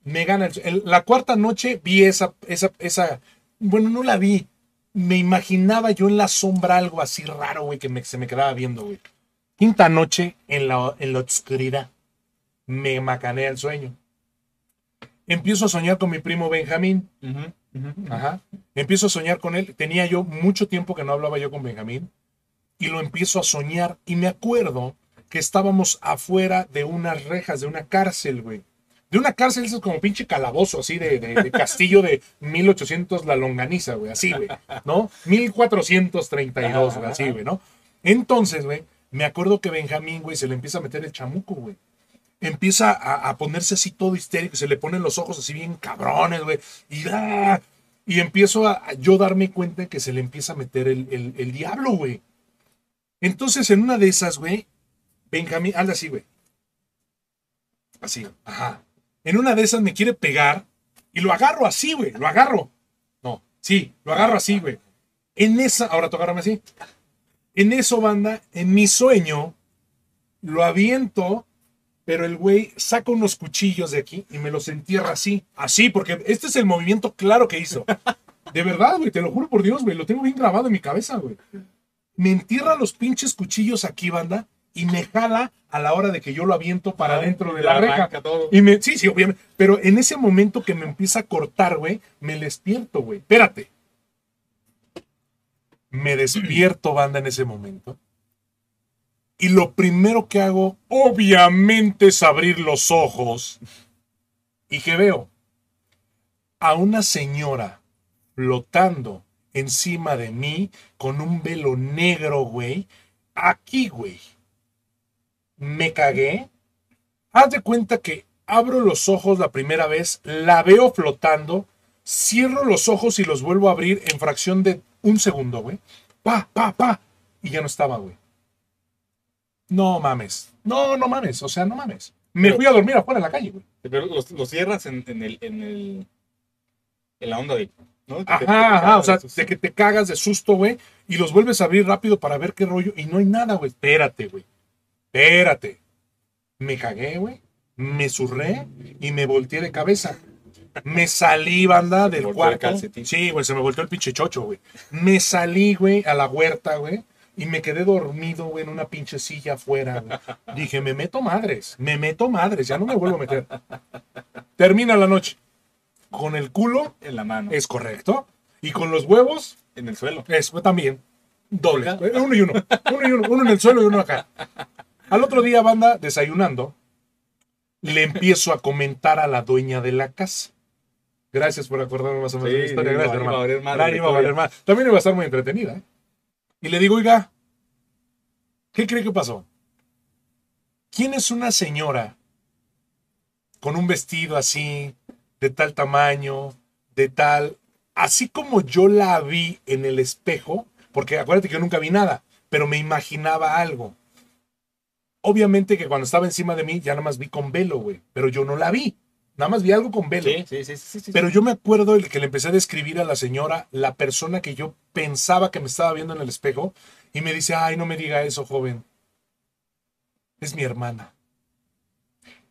B: Me gana el sueño. La cuarta noche vi esa, esa, esa. Bueno, no la vi. Me imaginaba yo en la sombra algo así raro, güey, que me- se me quedaba viendo, güey. Quinta noche en la, en la oscuridad. Me macanea el sueño. Empiezo a soñar con mi primo Benjamín.
A: Ujú, ujú.
B: Ajá. Empiezo a soñar con él. Tenía yo mucho tiempo que no hablaba yo con Benjamín y lo empiezo a soñar y me acuerdo que estábamos afuera de unas rejas, de una cárcel, güey. De una cárcel, eso es como pinche calabozo, así de, de- de castillo de 1800 la longaniza, güey, así, güey, ¿no? 1432, güey, así, güey, ¿no? Entonces, güey, me acuerdo que Benjamín, güey, se le empieza a meter el chamuco, güey empieza a, a ponerse así todo histérico, se le ponen los ojos así bien cabrones, güey, y, ¡ah! y empiezo a a yo darme cuenta que se le empieza a meter el, el- el diablo, güey. Entonces, en una de esas, güey, Benjamín, anda así, güey. Así, ajá. En una de esas me quiere pegar y lo agarro así, güey, lo agarro. No, sí, lo agarro así, güey. En esa, ahora tocarme así. En eso, banda, en mi sueño, lo aviento pero el güey saca unos cuchillos de aquí y me los entierra así, así, porque este es el movimiento claro que hizo. De verdad, güey, te lo juro por Dios, güey, lo tengo bien grabado en mi cabeza, güey. Me entierra los pinches cuchillos aquí, banda, y me jala a la hora de que yo lo aviento para adentro de
A: Te
B: la reja.
A: arranca todo.
B: Y me, sí, sí, obviamente. Pero en ese momento que me empieza a cortar, güey, me despierto, güey. Espérate. Me despierto, banda, en ese momento. Y lo primero que hago, obviamente, es abrir los ojos. Y que veo a una señora flotando encima de mí con un velo negro, güey. Aquí, güey. Me cagué. Haz de cuenta que abro los ojos la primera vez, la veo flotando, cierro los ojos y los vuelvo a abrir en fracción de un segundo, güey. Pa, pa, pa. Y ya no estaba, güey. No mames. No, no mames. O sea, no mames. Me
A: Pero-
B: fui a dormir afuera en la calle, güey.
A: Pero los, los cierras en, en el, en el. En la onda de. ¿no? Que te- que te
B: Ajá, ajá, o sea,
A: cagas.
B: de que te cagas de susto, güey, y los vuelves a abrir rápido para ver qué rollo, y no hay nada, güey. Espérate, güey. Espérate. Me cagué, güey. Me zurré y me volteé de cabeza. Me salí, banda,
A: te
B: del
A: volteó el
B: cuarto.
A: calcetín.
B: Sí, güey, se me volteó el pinche chocho, güey. Me salí, güey, a la huerta, güey, y me quedé dormido, güey, en una pinche silla afuera, güey. Dije, me meto madres, me meto madres, ya no me vuelvo a meter. Termina la noche. Con el culo
A: En la mano.
B: es correcto. Y con los huevos,
A: En el suelo.
B: es también. Doble. Eh, Uno y uno. Uno y uno. Uno en el suelo y uno acá. Al otro día, banda, desayunando, le empiezo a comentar a la dueña de la casa. Gracias por acordarme más o menos de la
A: Sí,
B: historia.
A: iba-
B: Gracias,
A: iba
B: hermano.
A: a valer madre
B: Claro,
A: la
B: iba a valer
A: historia.
B: madre. También iba a estar muy entretenida. ¿eh? Y le digo, oiga, ¿qué cree que pasó? ¿Quién es una señora con un vestido así, de tal tamaño, de tal. Así como yo la vi en el espejo, porque acuérdate que yo nunca vi nada, pero me imaginaba algo. Obviamente que cuando estaba encima de mí ya nada más vi con velo, güey, pero yo no la vi. Nada más vi algo con velo.
A: Sí, sí, sí, sí, sí.
B: Pero yo me acuerdo el que le empecé a describir a la señora, la persona que yo pensaba que me estaba viendo en el espejo, y me dice, ay, no me diga eso, joven. Es mi hermana.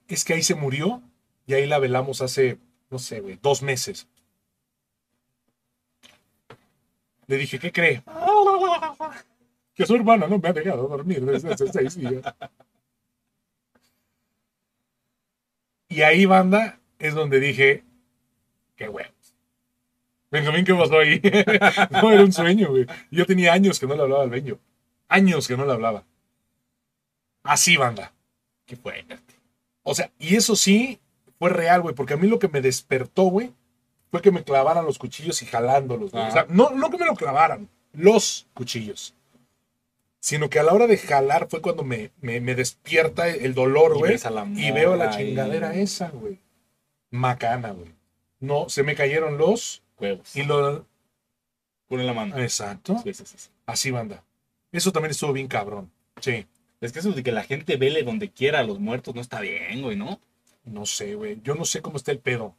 B: Es que ahí se murió y ahí la velamos hace, no sé, güey, dos meses. Le dije, ¿qué cree? Que su hermana no me ha dejado dormir desde hace seis días. Y ahí, banda, es donde dije, qué huevo. Benjamín, ¿qué pasó ahí? no, era un sueño, güey. Yo tenía años que no le hablaba al Benjo. Años que no le hablaba. Así, banda.
A: Qué fuerte.
B: O sea, y eso sí fue real, güey, porque a mí lo que me despertó, güey, fue que me clavaran los cuchillos y jalándolos. güey.
A: Ah.
B: O sea, no, no que me lo clavaran, los cuchillos. Sino que a la hora de jalar fue cuando me, me, me despierta el dolor,
A: Y
B: güey.
A: ves a la
B: Y veo la
A: morra ahí.
B: chingadera ¿eh? esa, güey. Macana, güey. No, se me cayeron los
A: Huevos.
B: y lo...
A: Pon en la mano.
B: Exacto.
A: Sí, sí, sí, sí.
B: Así, banda. Eso también estuvo bien cabrón. Sí.
A: Es que eso de que la gente vele donde quiera a los muertos no está bien, güey, ¿no?
B: No sé, güey. Yo no sé cómo está el pedo.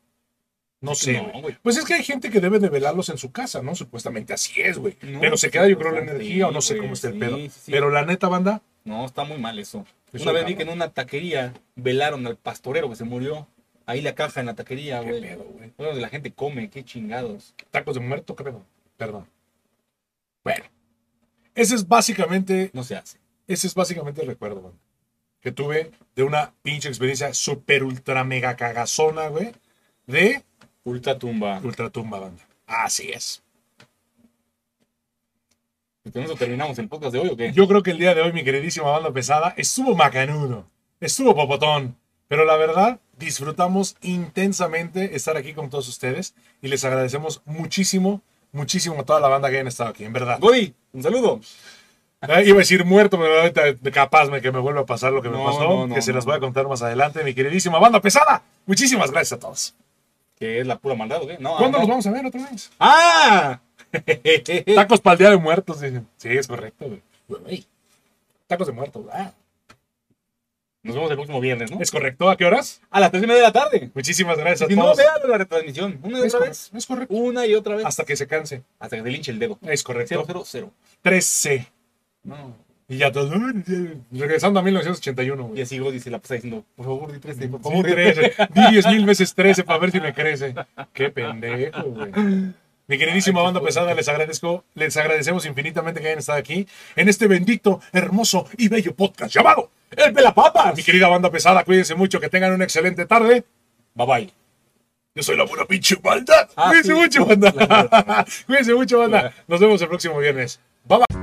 B: No
A: Es que
B: sé,
A: no,
B: güey.
A: güey.
B: Pues es que hay gente que debe de velarlos en su casa, ¿no? Supuestamente así es, güey.
A: No,
B: Pero se
A: sí,
B: queda, yo creo, la
A: bastante,
B: energía o no sé
A: güey,
B: cómo está el
A: sí,
B: pedo.
A: sí, sí.
B: Pero la neta, banda,
A: No, está muy mal eso.
B: Eso
A: una vez vi
B: cabrón.
A: que en una taquería velaron al pastorero que se murió. Ahí la caja en la taquería,
B: qué
A: güey.
B: pedo, güey.
A: Bueno, la gente come, qué chingados.
B: Tacos de muerto, qué pedo. Perdón. Bueno. Ese es básicamente,
A: No se hace.
B: ese es básicamente el recuerdo, banda. Que tuve de una pinche experiencia super ultra mega cagazona, güey. De
A: Ultra tumba.
B: Ultratumba, banda. Así es.
A: Y Con eso terminamos el podcast de hoy, ¿o qué?
B: Yo creo que el día de hoy, mi queridísima banda pesada, estuvo macanudo, estuvo popotón, pero la verdad, disfrutamos intensamente estar aquí con todos ustedes y les agradecemos muchísimo, muchísimo a toda la banda que hayan estado aquí, en verdad.
A: Godi, un saludo.
B: Eh, Iba a decir muerto, pero ahorita capaz me, que me vuelva a pasar lo que me
A: No,
B: pasó,
A: no, no,
B: que se
A: no.
B: las voy a contar más adelante, mi queridísima banda pesada. Muchísimas gracias a todos.
A: Que es la pura maldad, ¿o qué? No,
B: ¿Cuándo
A: no.
B: nos vamos a ver otra vez?
A: ¡Ah!
B: Tacos para el día de muertos, dicen. Sí, es correcto, güey. Güey. Tacos de muertos, ah.
A: Nos vemos el próximo viernes, ¿no?
B: Es correcto, ¿a qué horas?
A: A las 3 y media de la tarde.
B: Muchísimas gracias
A: Si
B: a
A: no,
B: todos.
A: vean la retransmisión. Una y
B: Es
A: otra
B: correcto,
A: vez.
B: es correcto.
A: Una y otra vez. Eh,
B: Hasta que se canse.
A: Hasta que te linche el dedo.
B: Es correcto.
A: 000.
B: 13.
A: No.
B: Y ya todos. "Uy, ya". Regresando a 1981,
A: Y
B: güey.
A: así Godi se la pasa diciendo, por favor, di 13, por
B: Como
A: favor, di 13.
B: 13. Di 10 mil veces 13 para ver si me crece. Qué pendejo, güey. Mi queridísima
A: Ay, qué
B: banda
A: fuerte.
B: pesada, les agradezco, les agradecemos infinitamente que hayan estado aquí en este bendito, hermoso y bello podcast llamado El Pelapapas. Mi querida banda pesada, cuídense mucho, que tengan una excelente tarde.
A: Bye bye.
B: Yo soy la buena pinche maldad.
A: Ah,
B: Cuídense
A: sí.
B: mucho, banda. Cuídense mucho, banda. Nos vemos el próximo viernes. Bye bye.